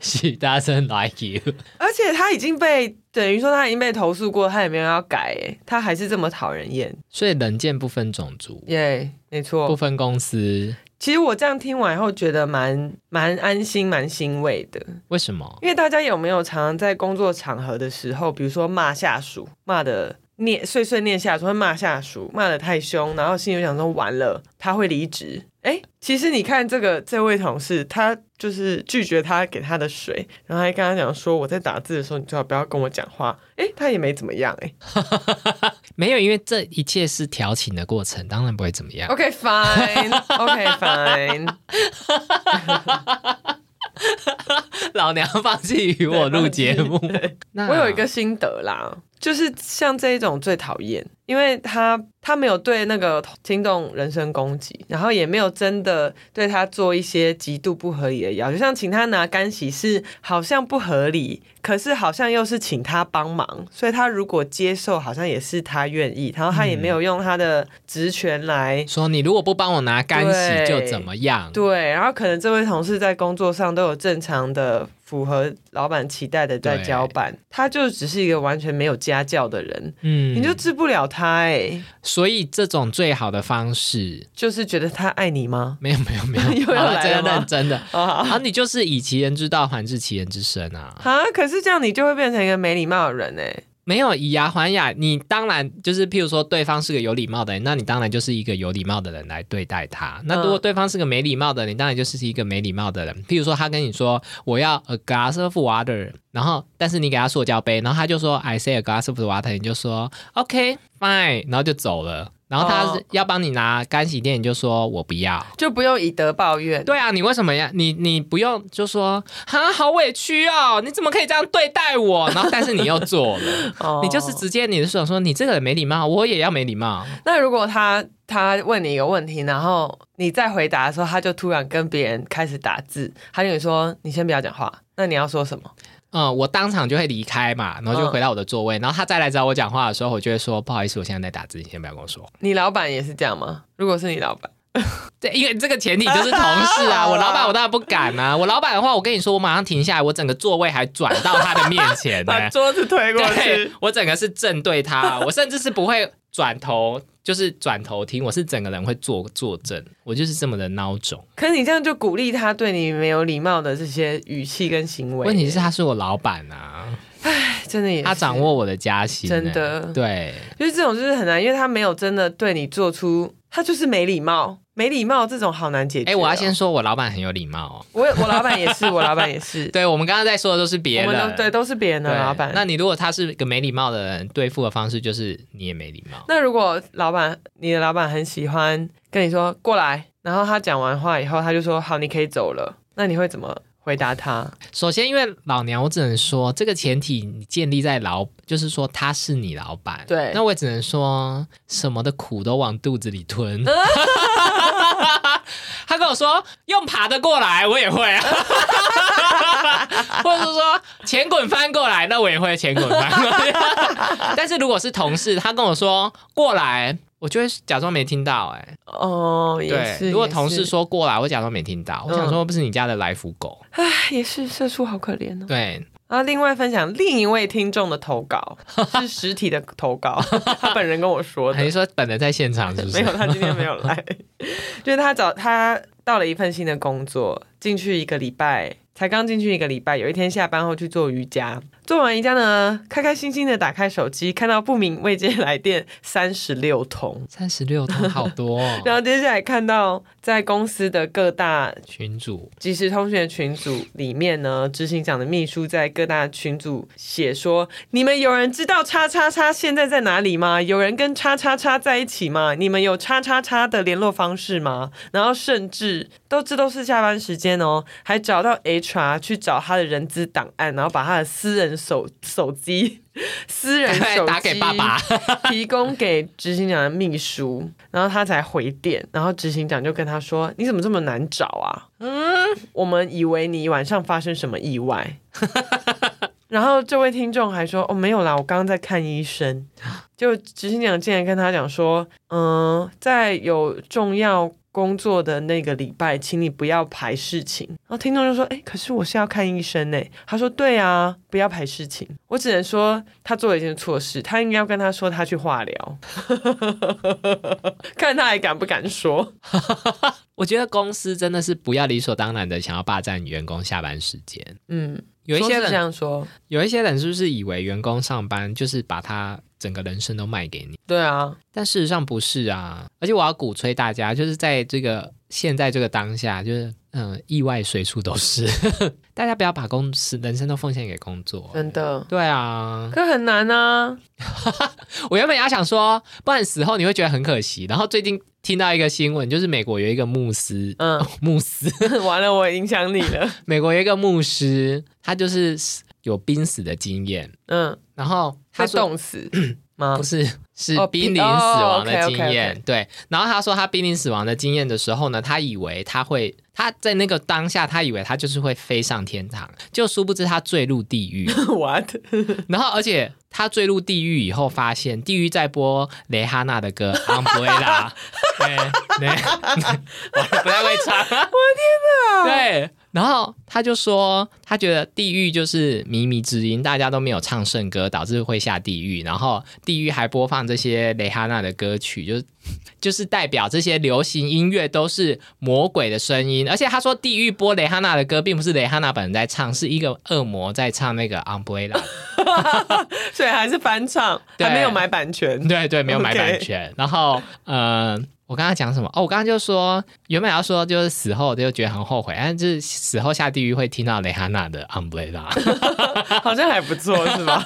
A: She doesn't like you。
B: 而且他已经被等于说他已经被投诉过，他也没有要改，哎，他还是这么讨人厌。
A: 所以人见不分种族，
B: 耶、没错
A: 不。分公司，
B: 其实我这样听完后，觉得蛮蛮安心、蛮欣慰的。
A: 为什么？
B: 因为大家有没有常常在工作场合的时候，比如说骂下属，骂呃的念碎碎念下属，会骂下属，骂的太凶，然后心里想说完了，他会离职。哎，其实你看这个这位同事，他就是拒绝他给他的水，然后还跟他讲说，我在打字的时候，你最好不要跟我讲话。哎，他也没怎么样哎。
A: 没有，因为这一切是调情的过程，当然不会怎么 样。
B: OK fine，OK fine，
A: 老娘放弃与我录节目。那
B: 我有一个心得啦，就是像这一种最讨厌，因为他他没有对那个听众人身攻击，然后也没有真的对他做一些极度不合理的要求，像请他拿干洗是好像不合理，可是好像又是请他帮忙，所以他如果接受，好像也是他愿意，然后他也没有用他的职权来
A: 说，你如果不帮我拿干洗
B: 对
A: 就怎么样？
B: 对，然后可能这位同事在工作上都有正常的符合老板期待的在
A: 对
B: 交办，他就只是一个完全没有家教的人，你
A: 嗯，
B: 就治不了他哎、
A: 所以这种最好的方式，
B: 就是觉得他爱你 吗？
A: 没有没有没有，
B: 又要
A: 好了
B: 来
A: 这
B: 了
A: 个
B: 吗
A: 认真 的。
B: 啊
A: 啊，你就是以其人之道还治其人之身啊！
B: 啊！可是这样你就会变成一个没礼貌的人哎、
A: 没有以牙还牙，你当然就是，譬如说对方是个有礼貌的人，那你当然就是一个有礼貌的人来对待他。那如果
B: 嗯
A: 对方是个没礼貌的人，你当然就是一个没礼貌的人。譬如说他跟你说我要 a glass of water，然后但是你给他塑胶杯，然后他就说 I say a glass of water，你就说 OK fine，然后就走了。然后他
B: 哦
A: 要帮你拿干洗店，你就说我不要。
B: 就不用以德报怨。
A: 对啊，你为什么呀？你你不用就说啊，好委屈哦，你怎么可以这样对待我？然后但是你又做了，
B: 哦
A: 你就是直接你就想说你这个人没礼貌，我也要没礼 貌。
B: 那如果他他问你一个问题，然后你在回答的时候，他就突然跟别人开始打字，他就说你先不要讲话，那你要说什么？
A: 嗯，我当场就会离开嘛，然后就回到我的座位，然后他再来找我讲话的时候，我就会说不好意思，我现在在打字，你先不要跟我说。
B: 你老板也是这样吗？如果是你老板。
A: 对，因为这个前提就是同事啊，
B: 好啦
A: 我老板我当然不敢啊，我老板的话，我跟你说，我马上停下来，我整个座位还转到他的面前呢、
B: 把桌子推过
A: 对
B: 去。，
A: 我整个是正对他，我甚至是不会转头，就是转头听，我是整个人会坐坐正，我就是这么的孬种。
B: 可是你这样就鼓励他对你没有礼貌的这些语气跟行为。
A: 问题是他是我老板啊，
B: 哎真的也是
A: 他掌，握我的家薪、欸，
B: 真的
A: 对。
B: 就是这种就是很难，因为他没有真的对你做出，他就是没礼貌，没礼貌这种好难解决、哦
A: 哎、我要先，说，我老板很有礼貌、哦。
B: 我我老 板也是，我老板也是，
A: 对，我们刚刚在说的都是别
B: 我们
A: 人，
B: 都对都是别人的
A: 对
B: 老板。
A: 那你如果他是个没礼貌的人，对付的方式就是你也没礼貌。
B: 那如果老板你的老板很喜欢跟你说过来，然后他讲完话以后，他就说好，你可以走了，那你会怎么回答他？
A: 首先，因为老娘我只能说，这个前提你建立在老，就是说他是你老板，
B: 对
A: 那我也只能说，什么的苦都往肚子里吞。 他跟我说用爬的过来，我也会 啊，或者是说前滚翻过来，那我也会前滚翻。 但是如果是同事，他跟我说过来，我就会假装没听到、哎，
B: 哦，也是。
A: 对，如果
B: 也
A: 同
B: 是
A: 事说过来，我假装没听到，我想说不是你家的来福狗，
B: 哎也是，社畜好可怜哦。
A: 对，
B: 然后另外分享另一位听众的 投稿，是实体的投稿，他本人跟我说
A: 还
B: 的
A: 是，说本人在现场是不是？
B: 没有，他今天没有 来，就是他找他到了一份新的工作，进去一个礼拜，才刚进去一个礼拜，有一天下班后去做瑜伽，做完瑜伽呢，开开心心的打开手机，看到不明未接来电三十六通。
A: 三十六通好多、哦。
B: 然 后接下来看到在公司的各大
A: 群主
B: 即时通讯的群组里面呢，执行长的秘书在各大群组写说：“你们有人知道叉叉叉现在在哪里吗？有人跟叉叉叉在一起吗？你们有叉叉叉的联络方式吗？”然后甚至都这都是下班时间哦，还找到 HR 去找他的人资档案，然后把他的私人手手机、私人手 机
A: 打给爸 爸，
B: 提供给执行长的秘书，然后他才回电，然后执行长就跟他说：“你怎么这么难找啊？嗯，我们以为你晚上发生什么意外。” 然后这位听众还说：“哦，没有啦，我刚刚在看医生。”就执行长竟然跟他讲说：“嗯、在有重要工作的那个礼拜，请你不要排事情。然后听众就说：“哎，可是我是要看医生呢。”他说：“对啊，不要排事情。”我只能说他做了一件错事，他应该要跟他说他去化疗， 看他还敢不敢说。
A: 我觉得公司真的是不要理所当然的想要霸占员工下班时间。
B: 嗯，
A: 有一些
B: 说是这
A: 人，
B: 样说，
A: 有一些人是不是以为员工上班就是把他整个人生都卖给你？
B: 对啊，
A: 但事实上不是啊，而且我要鼓吹大家，就是在这个现在这个当下，就是嗯、意外随处都是， 大家不要把公司人生都奉献给工作。
B: 真的。
A: 对啊，
B: 可很难啊，
A: 我原本也想说，不然死后你会觉得很可惜。然后最近听到一个新闻，就是美国有一个牧师，哦
B: 嗯，
A: 牧师，
B: 完了，我影响你了，
A: 美国有一个牧师，他就是有濒死的经验，
B: 嗯，
A: 然后 他
B: 被
A: 说
B: 冻死 吗
A: 不？是，是
B: 哦
A: 濒
B: 濒
A: 临死亡的
B: 哦
A: 经
B: ，OK，OK，OK
A: 验。对，然后他说他濒临死亡的经验的时候呢，他以为他会，他在那个当下，他以为他就是会飞上天堂，就殊不知他坠入地狱。
B: What？
A: 然后，而且他坠入地狱以后，发现地狱在播蕾哈娜的 歌《Umbrella》，对对，我 不太会唱。 我天哪！对。然后他就说，他觉得地狱就是靡靡之音，大家都没有唱圣歌，导致会下地狱。然后地狱还播放这些蕾哈娜的歌曲，就是就是代表这些流行音乐都是魔鬼的声音。而且他说，地狱播蕾哈娜的歌，并不是蕾哈娜本人在唱，是一个恶魔在唱那个《Umbrella》。
B: 所以还是翻唱，
A: 对
B: 还没有买版 权。
A: 对对，没有买版
B: OK
A: 权。然后，呃，我刚刚讲什么？哦，我刚刚就说，原本要说就是死后就觉得很后悔，但是死后下地狱会听到蕾哈娜的 Umbrella，
B: 好像还不 错，是吧？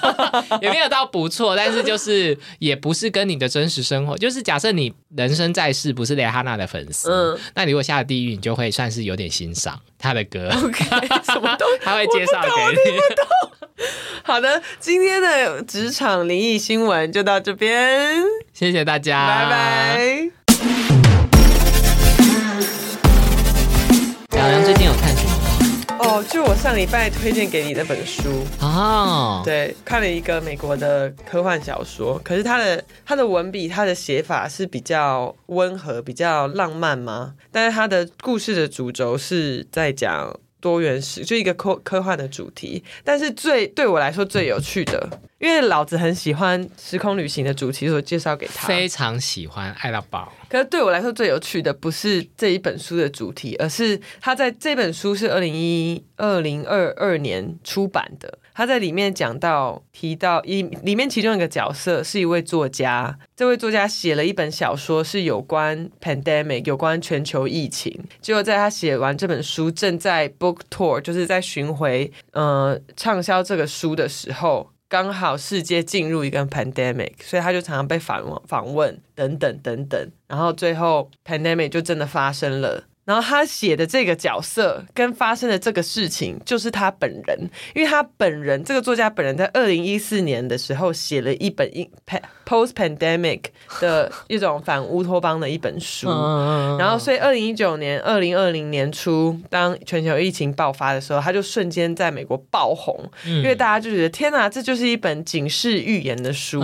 A: 也没有到不错，但是就是也不是跟你的真实生活，就是假设你人生在世不是蕾哈娜的粉丝，
B: 嗯
A: 那你如果下了地狱，你就会算是有点欣赏她的 歌，
B: ，OK，什么都
A: 她会介绍给你。
B: 好的。今天的职场灵异新闻就到这边，
A: 谢谢大家，
B: 拜拜。
A: 小杨最近有看什么？
B: 哦，就我上礼拜推荐给你那本书，
A: 哦，
B: 对，看了一个美国的科幻小说，可是它的它的文笔、它的写法是比较温和、比较浪漫嘛，但是它的故事的主轴是在讲多元史，就一个科科幻的主题。但是最对我来说最有趣的，因为老子很喜欢时空旅行的主题，所以介绍给他。
A: 非常喜欢爱到爆。
B: 可是对我来说最有趣的不是这一本书的主题，而是它在这本书是二零一二零二二年出版的。它在里面讲到提到一里面其中一个角色是一位作家，这位作家写了一本小说，是有关 pandemic 有关全球疫情。结果在他写完这本书，正在 book tour 就是在巡回呃畅销这个书的时候，刚好世界进入一个 pandemic，所以他就常常被访问、访问等等等等，然后最后 pandemic 就真的发生了。然后他写的这个角色跟发生的这个事情，就是他本人，因为他本人这个作家本人在二零一四年的时候写了一本 in- pa- post pandemic 的一种反乌托邦的一本书，
A: 嗯，
B: 然后，所以二零一九年、二零二零年初，当全球疫情爆发的时候，他就瞬间在美国爆红，
A: 因
B: 因为大家就觉得天哪，这就是一本警示预言的
A: 嗯
B: 书。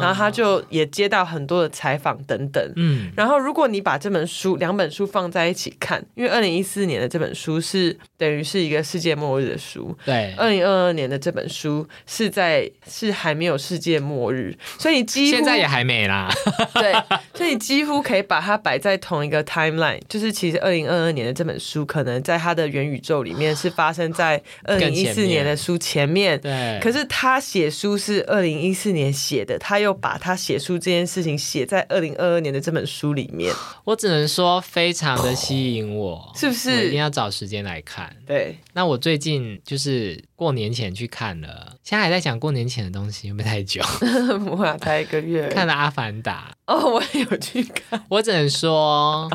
B: 然后他就也接到很多的采访等等。
A: 嗯
B: 然后，如果你把这本书两本书放在一起看，因为二零一四年的这本书是等于是一个世界末日的书，
A: 对，
B: 二零二二年的这本书是在是还没有世界末日，所以你几乎
A: 现在也还没啦。
B: 对，所以几乎可以把它摆在同一个 timeline，就是其实二零二二年的这本书，可能在它的元宇宙里面是发生在二零一
A: 前
B: 四
A: 面
B: 年的书前面。
A: 对，
B: 可是他写书是二零一四年写的，他又把他写书这件事情写在二零二二年的这本书里 面，
A: 我只能说非常的吸引我，
B: 是不
A: 我一定
B: 是？
A: 要找时间来看。
B: 对，
A: 那我最近就是过年前去看了，现在还在讲过年前的东西，会不会太 久？
B: 我俩啊才一个月，
A: 看了《阿凡达
B: 哦，我也有去看，》，
A: 我只能说，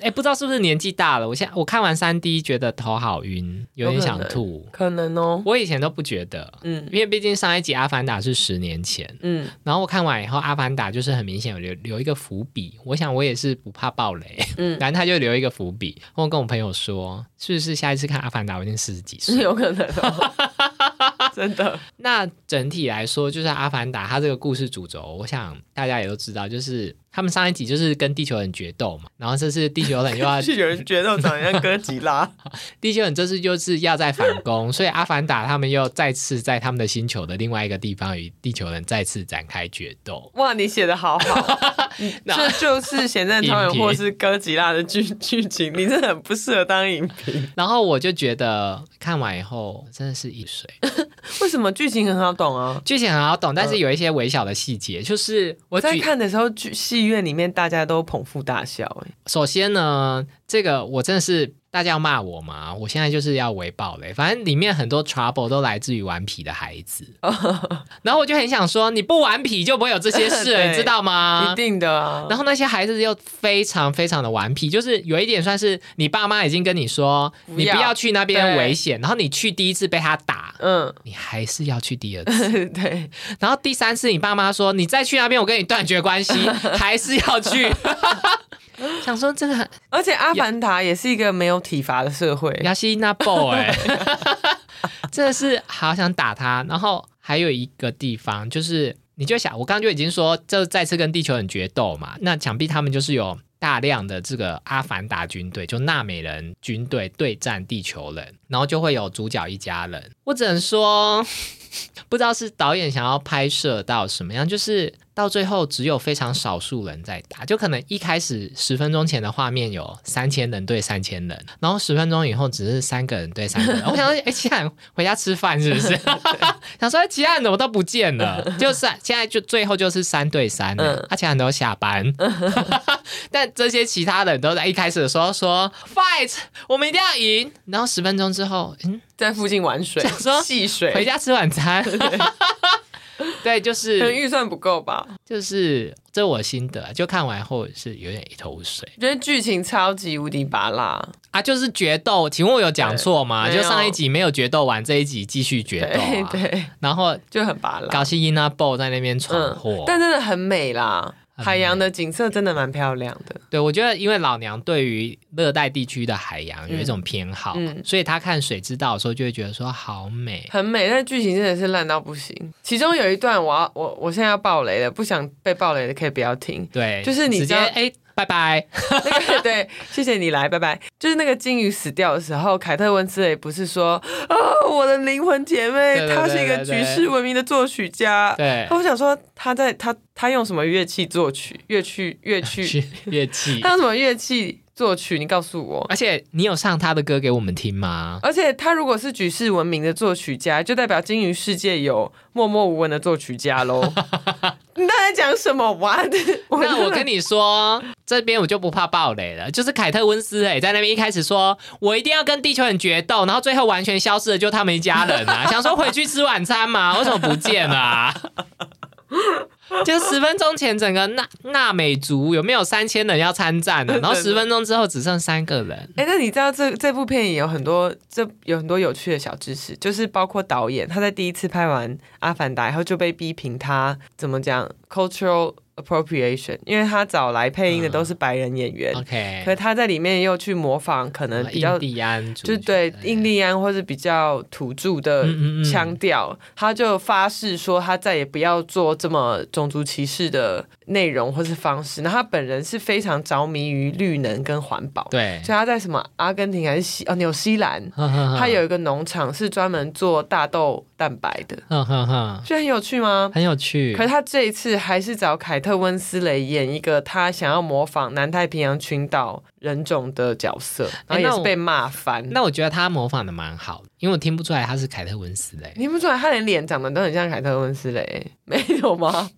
A: 哎，不知道是不是年纪大了，我现在我看完三 D 觉得头好晕，有点想吐。
B: 可能哦，
A: 我以前都不觉得，
B: 嗯
A: 因为毕竟上一集《阿凡达》是十年前，
B: 嗯，
A: 然后我看完以后，《阿凡达》就是很明显有留留一个伏笔。我想我也是不怕暴雷，
B: 嗯
A: 反正他就留一个伏笔。我跟我朋友说，是不是下一次看《阿凡达》我已经四十几岁？
B: 有可能哦。 真 的，
A: 那整体来说，就是《阿凡达》它这个故事主轴，我想大家也都知道，就是他们上一集就是跟地球人决斗嘛，然后这次地球人 又要
B: 是有人觉得我长得像哥吉拉，
A: 地球人这次就是要在反攻，所以阿凡达他们又再次在他们的星球的另外一个地方与地球人再次展开决斗。
B: 哇，你写的好好，
A: 那
B: 这就是咸蛋超人或是哥吉拉的剧剧情，你真的很不适合当影评。
A: 然后我就觉得看完以后真的是一水，
B: 为什么剧情很好懂啊？
A: 剧情很好懂，但是有一些微小的细节，就是我
B: 我在
A: 举
B: 看的时候，剧戏院里面大家都捧腹大笑、哎，
A: 首先呢，这个我真的是大家要骂我嘛，我现在就是要回报嘞。反正里面很多 trouble 都来自于顽皮的孩子，然后我就很想说，你不顽皮就不会有这些 事了，
B: 哦对
A: 你知道吗
B: 一？定的啊。
A: 然后那些孩子又非常非常的顽皮，就是有一点算是你爸妈已经跟你说，
B: 不
A: 你
B: 要
A: 不要去那边
B: 对
A: 危险，然后你去第一次被他打，
B: 嗯，
A: 你还是要去第二次。
B: 对，
A: 然后第三次，你爸妈说你再去那边，我跟你断绝关系， 还是要去。 想说这个很
B: 而且《阿凡达》也是一个没有体罚的社会，
A: 亚西那 boy，真的是好想打他。然后还有一个地方就是，你就想，我刚刚就已经说，这再次跟地球人决斗嘛，那想必他们就是有大量的这个阿凡达军队，就纳美人军队对战地球人，然后就会有主角一家人。我只能说。不知道是导演想要拍摄到什么样，就是到最后只有非常少数人在打，就可能一开始十分钟前的画面有三千人对三千人，然后十分钟以后只是三个人对三个人。我想说，哎、其他人回家吃饭是 不是？想说哎其他人怎么都不见了，就是现在就最后就是三对三了，
B: 嗯
A: 啊，其他人都下班， 但这些其他人都在一开始的时候说 fight，我们一定要赢，然后十分钟之后，嗯，
B: 在附近玩水
A: 想说、
B: 戏水，
A: 回家吃晚餐。 对，就
B: 可
A: 是
B: 能预算不够吧？
A: 就是这我心得，就看完后是有点一头雾水
B: 我觉得剧情超级无敌拔辣，
A: 啊。就是决斗，请问我有讲错吗？
B: 对没
A: 就
B: 有
A: 上一集没有决斗完，这一集继续决斗、
B: 对
A: 啊，
B: 对，
A: 然后
B: 就很拔辣。
A: 搞西伊娜布在那边闯祸、
B: 嗯但真的很美啦，
A: 很美
B: 海洋的景色真的蛮漂亮的。
A: 对，我觉得因为老娘对于热带地区的海洋有一种偏好，
B: 嗯
A: 所以她看水之道的时候就会觉得说好美。。
B: 很美，但剧情真的是烂到不行。其中有一段我要我我现在要爆雷了，不想被爆雷的可以不要听
A: 对，
B: 就是你
A: 直
B: 知
A: 接
B: 道
A: 哎、拜拜。
B: 那个 对，谢谢你来，拜拜。就是那个金鱼死掉的时候，凯特温斯雷不是说啊、我的灵魂姐妹
A: 对对，对
B: 她是一个
A: 对对
B: 举世闻名的作曲家。
A: 对，
B: 我想说她在她她用什么乐器作曲？乐曲乐曲，
A: 去乐器
B: 她。用什么乐器作曲？你告诉我。
A: 而且你有唱他的歌给我们听吗？
B: 而且他如果是举世闻名的作曲家，就代表金鱼世界有默默无闻的作曲家 喽。你到底在讲什么？What？我
A: 那我跟你说，这边我就不怕暴雷了。就是凯特温斯蕾在那边一开始说，我一定要跟地球人决斗，然后最后完全消失的就他们一家人 啊，想说回去吃晚餐嘛，为什么不见了啊？就十分钟前，整个纳纳美族有没有三千人要参战啊呢、然后十分钟之后只剩三个 人，
B: 哎、那你知道这这部片也有很多这有很多有趣的小知识，就是包括导演他在第一次拍完《阿凡达》以后就被批评他怎么讲 cultural appropriation，因为他找来配音的都是白人演员，
A: 嗯
B: 可
A: OK，哦啊
B: 是他在里面又去模仿可能比较
A: 印第安族
B: 就对印第安或是比较土著的
A: 嗯嗯嗯
B: 腔调，他就发誓说他再也不要做这么种族歧视的内容或是方式。那他本人是非常着迷于绿能跟环保，
A: 对，
B: 所以他在什么阿根廷还是西哦纽西兰，
A: 他
B: 他有一个农场是专门做大豆蛋白的，
A: 哼哼哼，
B: 就很有趣吗？
A: 很有趣
B: 可。是他这一次还是找凯特温斯雷演一个他想要模仿南太平洋群岛人种的角色，然后也
A: 那
B: 是
A: 我
B: 被骂翻。
A: 那我觉得他模仿的蛮好的，因为我听不出来他是凯特温斯欸蕾。
B: 听不出来，他连脸长得都很像凯特温斯雷，没有 吗？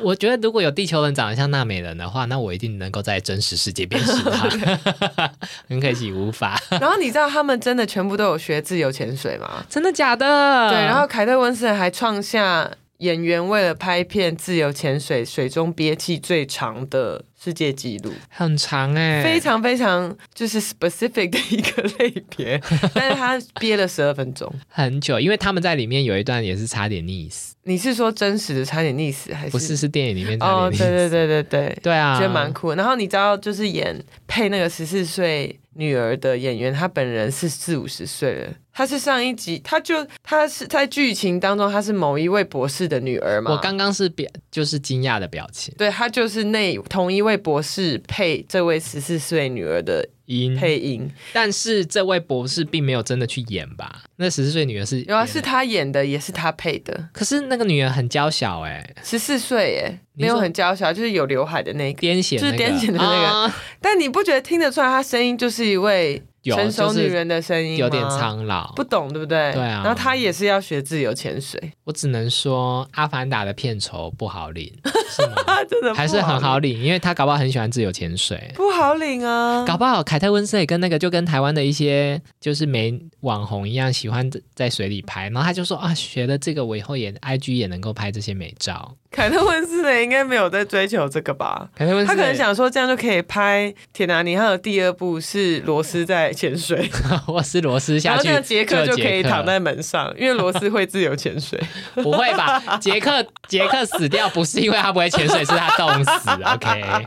A: 我觉得如果有地球人长得像纳美人的话，那我一定能够在真实世界辨识 他。 很可惜无法，
B: 然后你知道他们真的全部都有学自由潜水吗？
A: 真的假的？
B: 对，然后凯特温斯雷还创下演员为了拍片自由潜水水中憋气最长的世界纪录，
A: 很长哎、
B: 非常非常就是 specific 的一个类 别，但是他憋了十二分钟。
A: 很久，因为他们在里面有一段也是差点溺死，
B: 你是说真实的差点溺死，还是
A: 不是是电影里面差
B: 哦，
A: 点溺
B: 对
A: 死，
B: 对对对对，
A: 对啊，
B: 觉得蛮酷的。然后你知道，就是演配那个十四岁女儿的演员，她本人是四五十岁了。她是上一集，她就她是在剧情当中，她是某一位博士的女儿嘛。
A: 我刚刚是表就是惊讶的表情，
B: 对，她就是那同一位博士配这位十四岁女儿的
A: 音，
B: 配音，
A: 但是这位博士并没有真的去演吧？那十四岁女儿是
B: 然后
A: 演
B: 是
A: 的，
B: 她演的，也是她配的。
A: 可是那个女儿很娇小哎、
B: 十四岁耶，
A: 你
B: 没
A: 说
B: 有很娇小，就是有刘海的那个。
A: 癫痫、那个，
B: 就是癫痫的那个
A: 啊
B: 但你不觉得听得出来，她声音就是一位
A: 有啊
B: 成熟
A: 就是
B: 女人的声音吗
A: 有点苍老。
B: 不懂对不对？
A: 对啊
B: 然后她也是要学自由潜水，
A: 我只能说，《阿凡达》的片酬不好 领，是吗？
B: 啊，真的不
A: 还是很好
B: 领，
A: 领，因为他搞不好很喜欢自由潜水。
B: 不好领啊。
A: 搞不好凯特温斯也跟那个就跟台湾的一些就是美网红一样，喜欢在水里拍，然后他就说啊，学了这个，我以后也 IG 也能够拍这些美照。
B: 凯特温斯莱应该没有在追求这个吧？
A: 凯特温斯
B: 他可 能，想说这样就可以拍《铁达尼号》的第二部是罗斯在潜水，
A: 我是罗斯
B: 然
A: 下
B: 后
A: 去
B: 这，样杰克就可以
A: 克
B: 躺在门上，因为罗斯会自由潜水。
A: 不会吧？杰克杰克死掉不是因为他不会潜水，是他冻死。OK，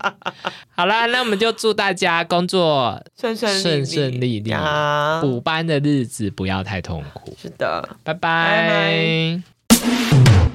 A: 好啦，那我们就祝大家工作
B: 顺顺利利啊
A: 顺顺利利
B: 呀
A: 补班的日子不要太痛苦，
B: 是的。
A: 拜
B: 拜
A: 拜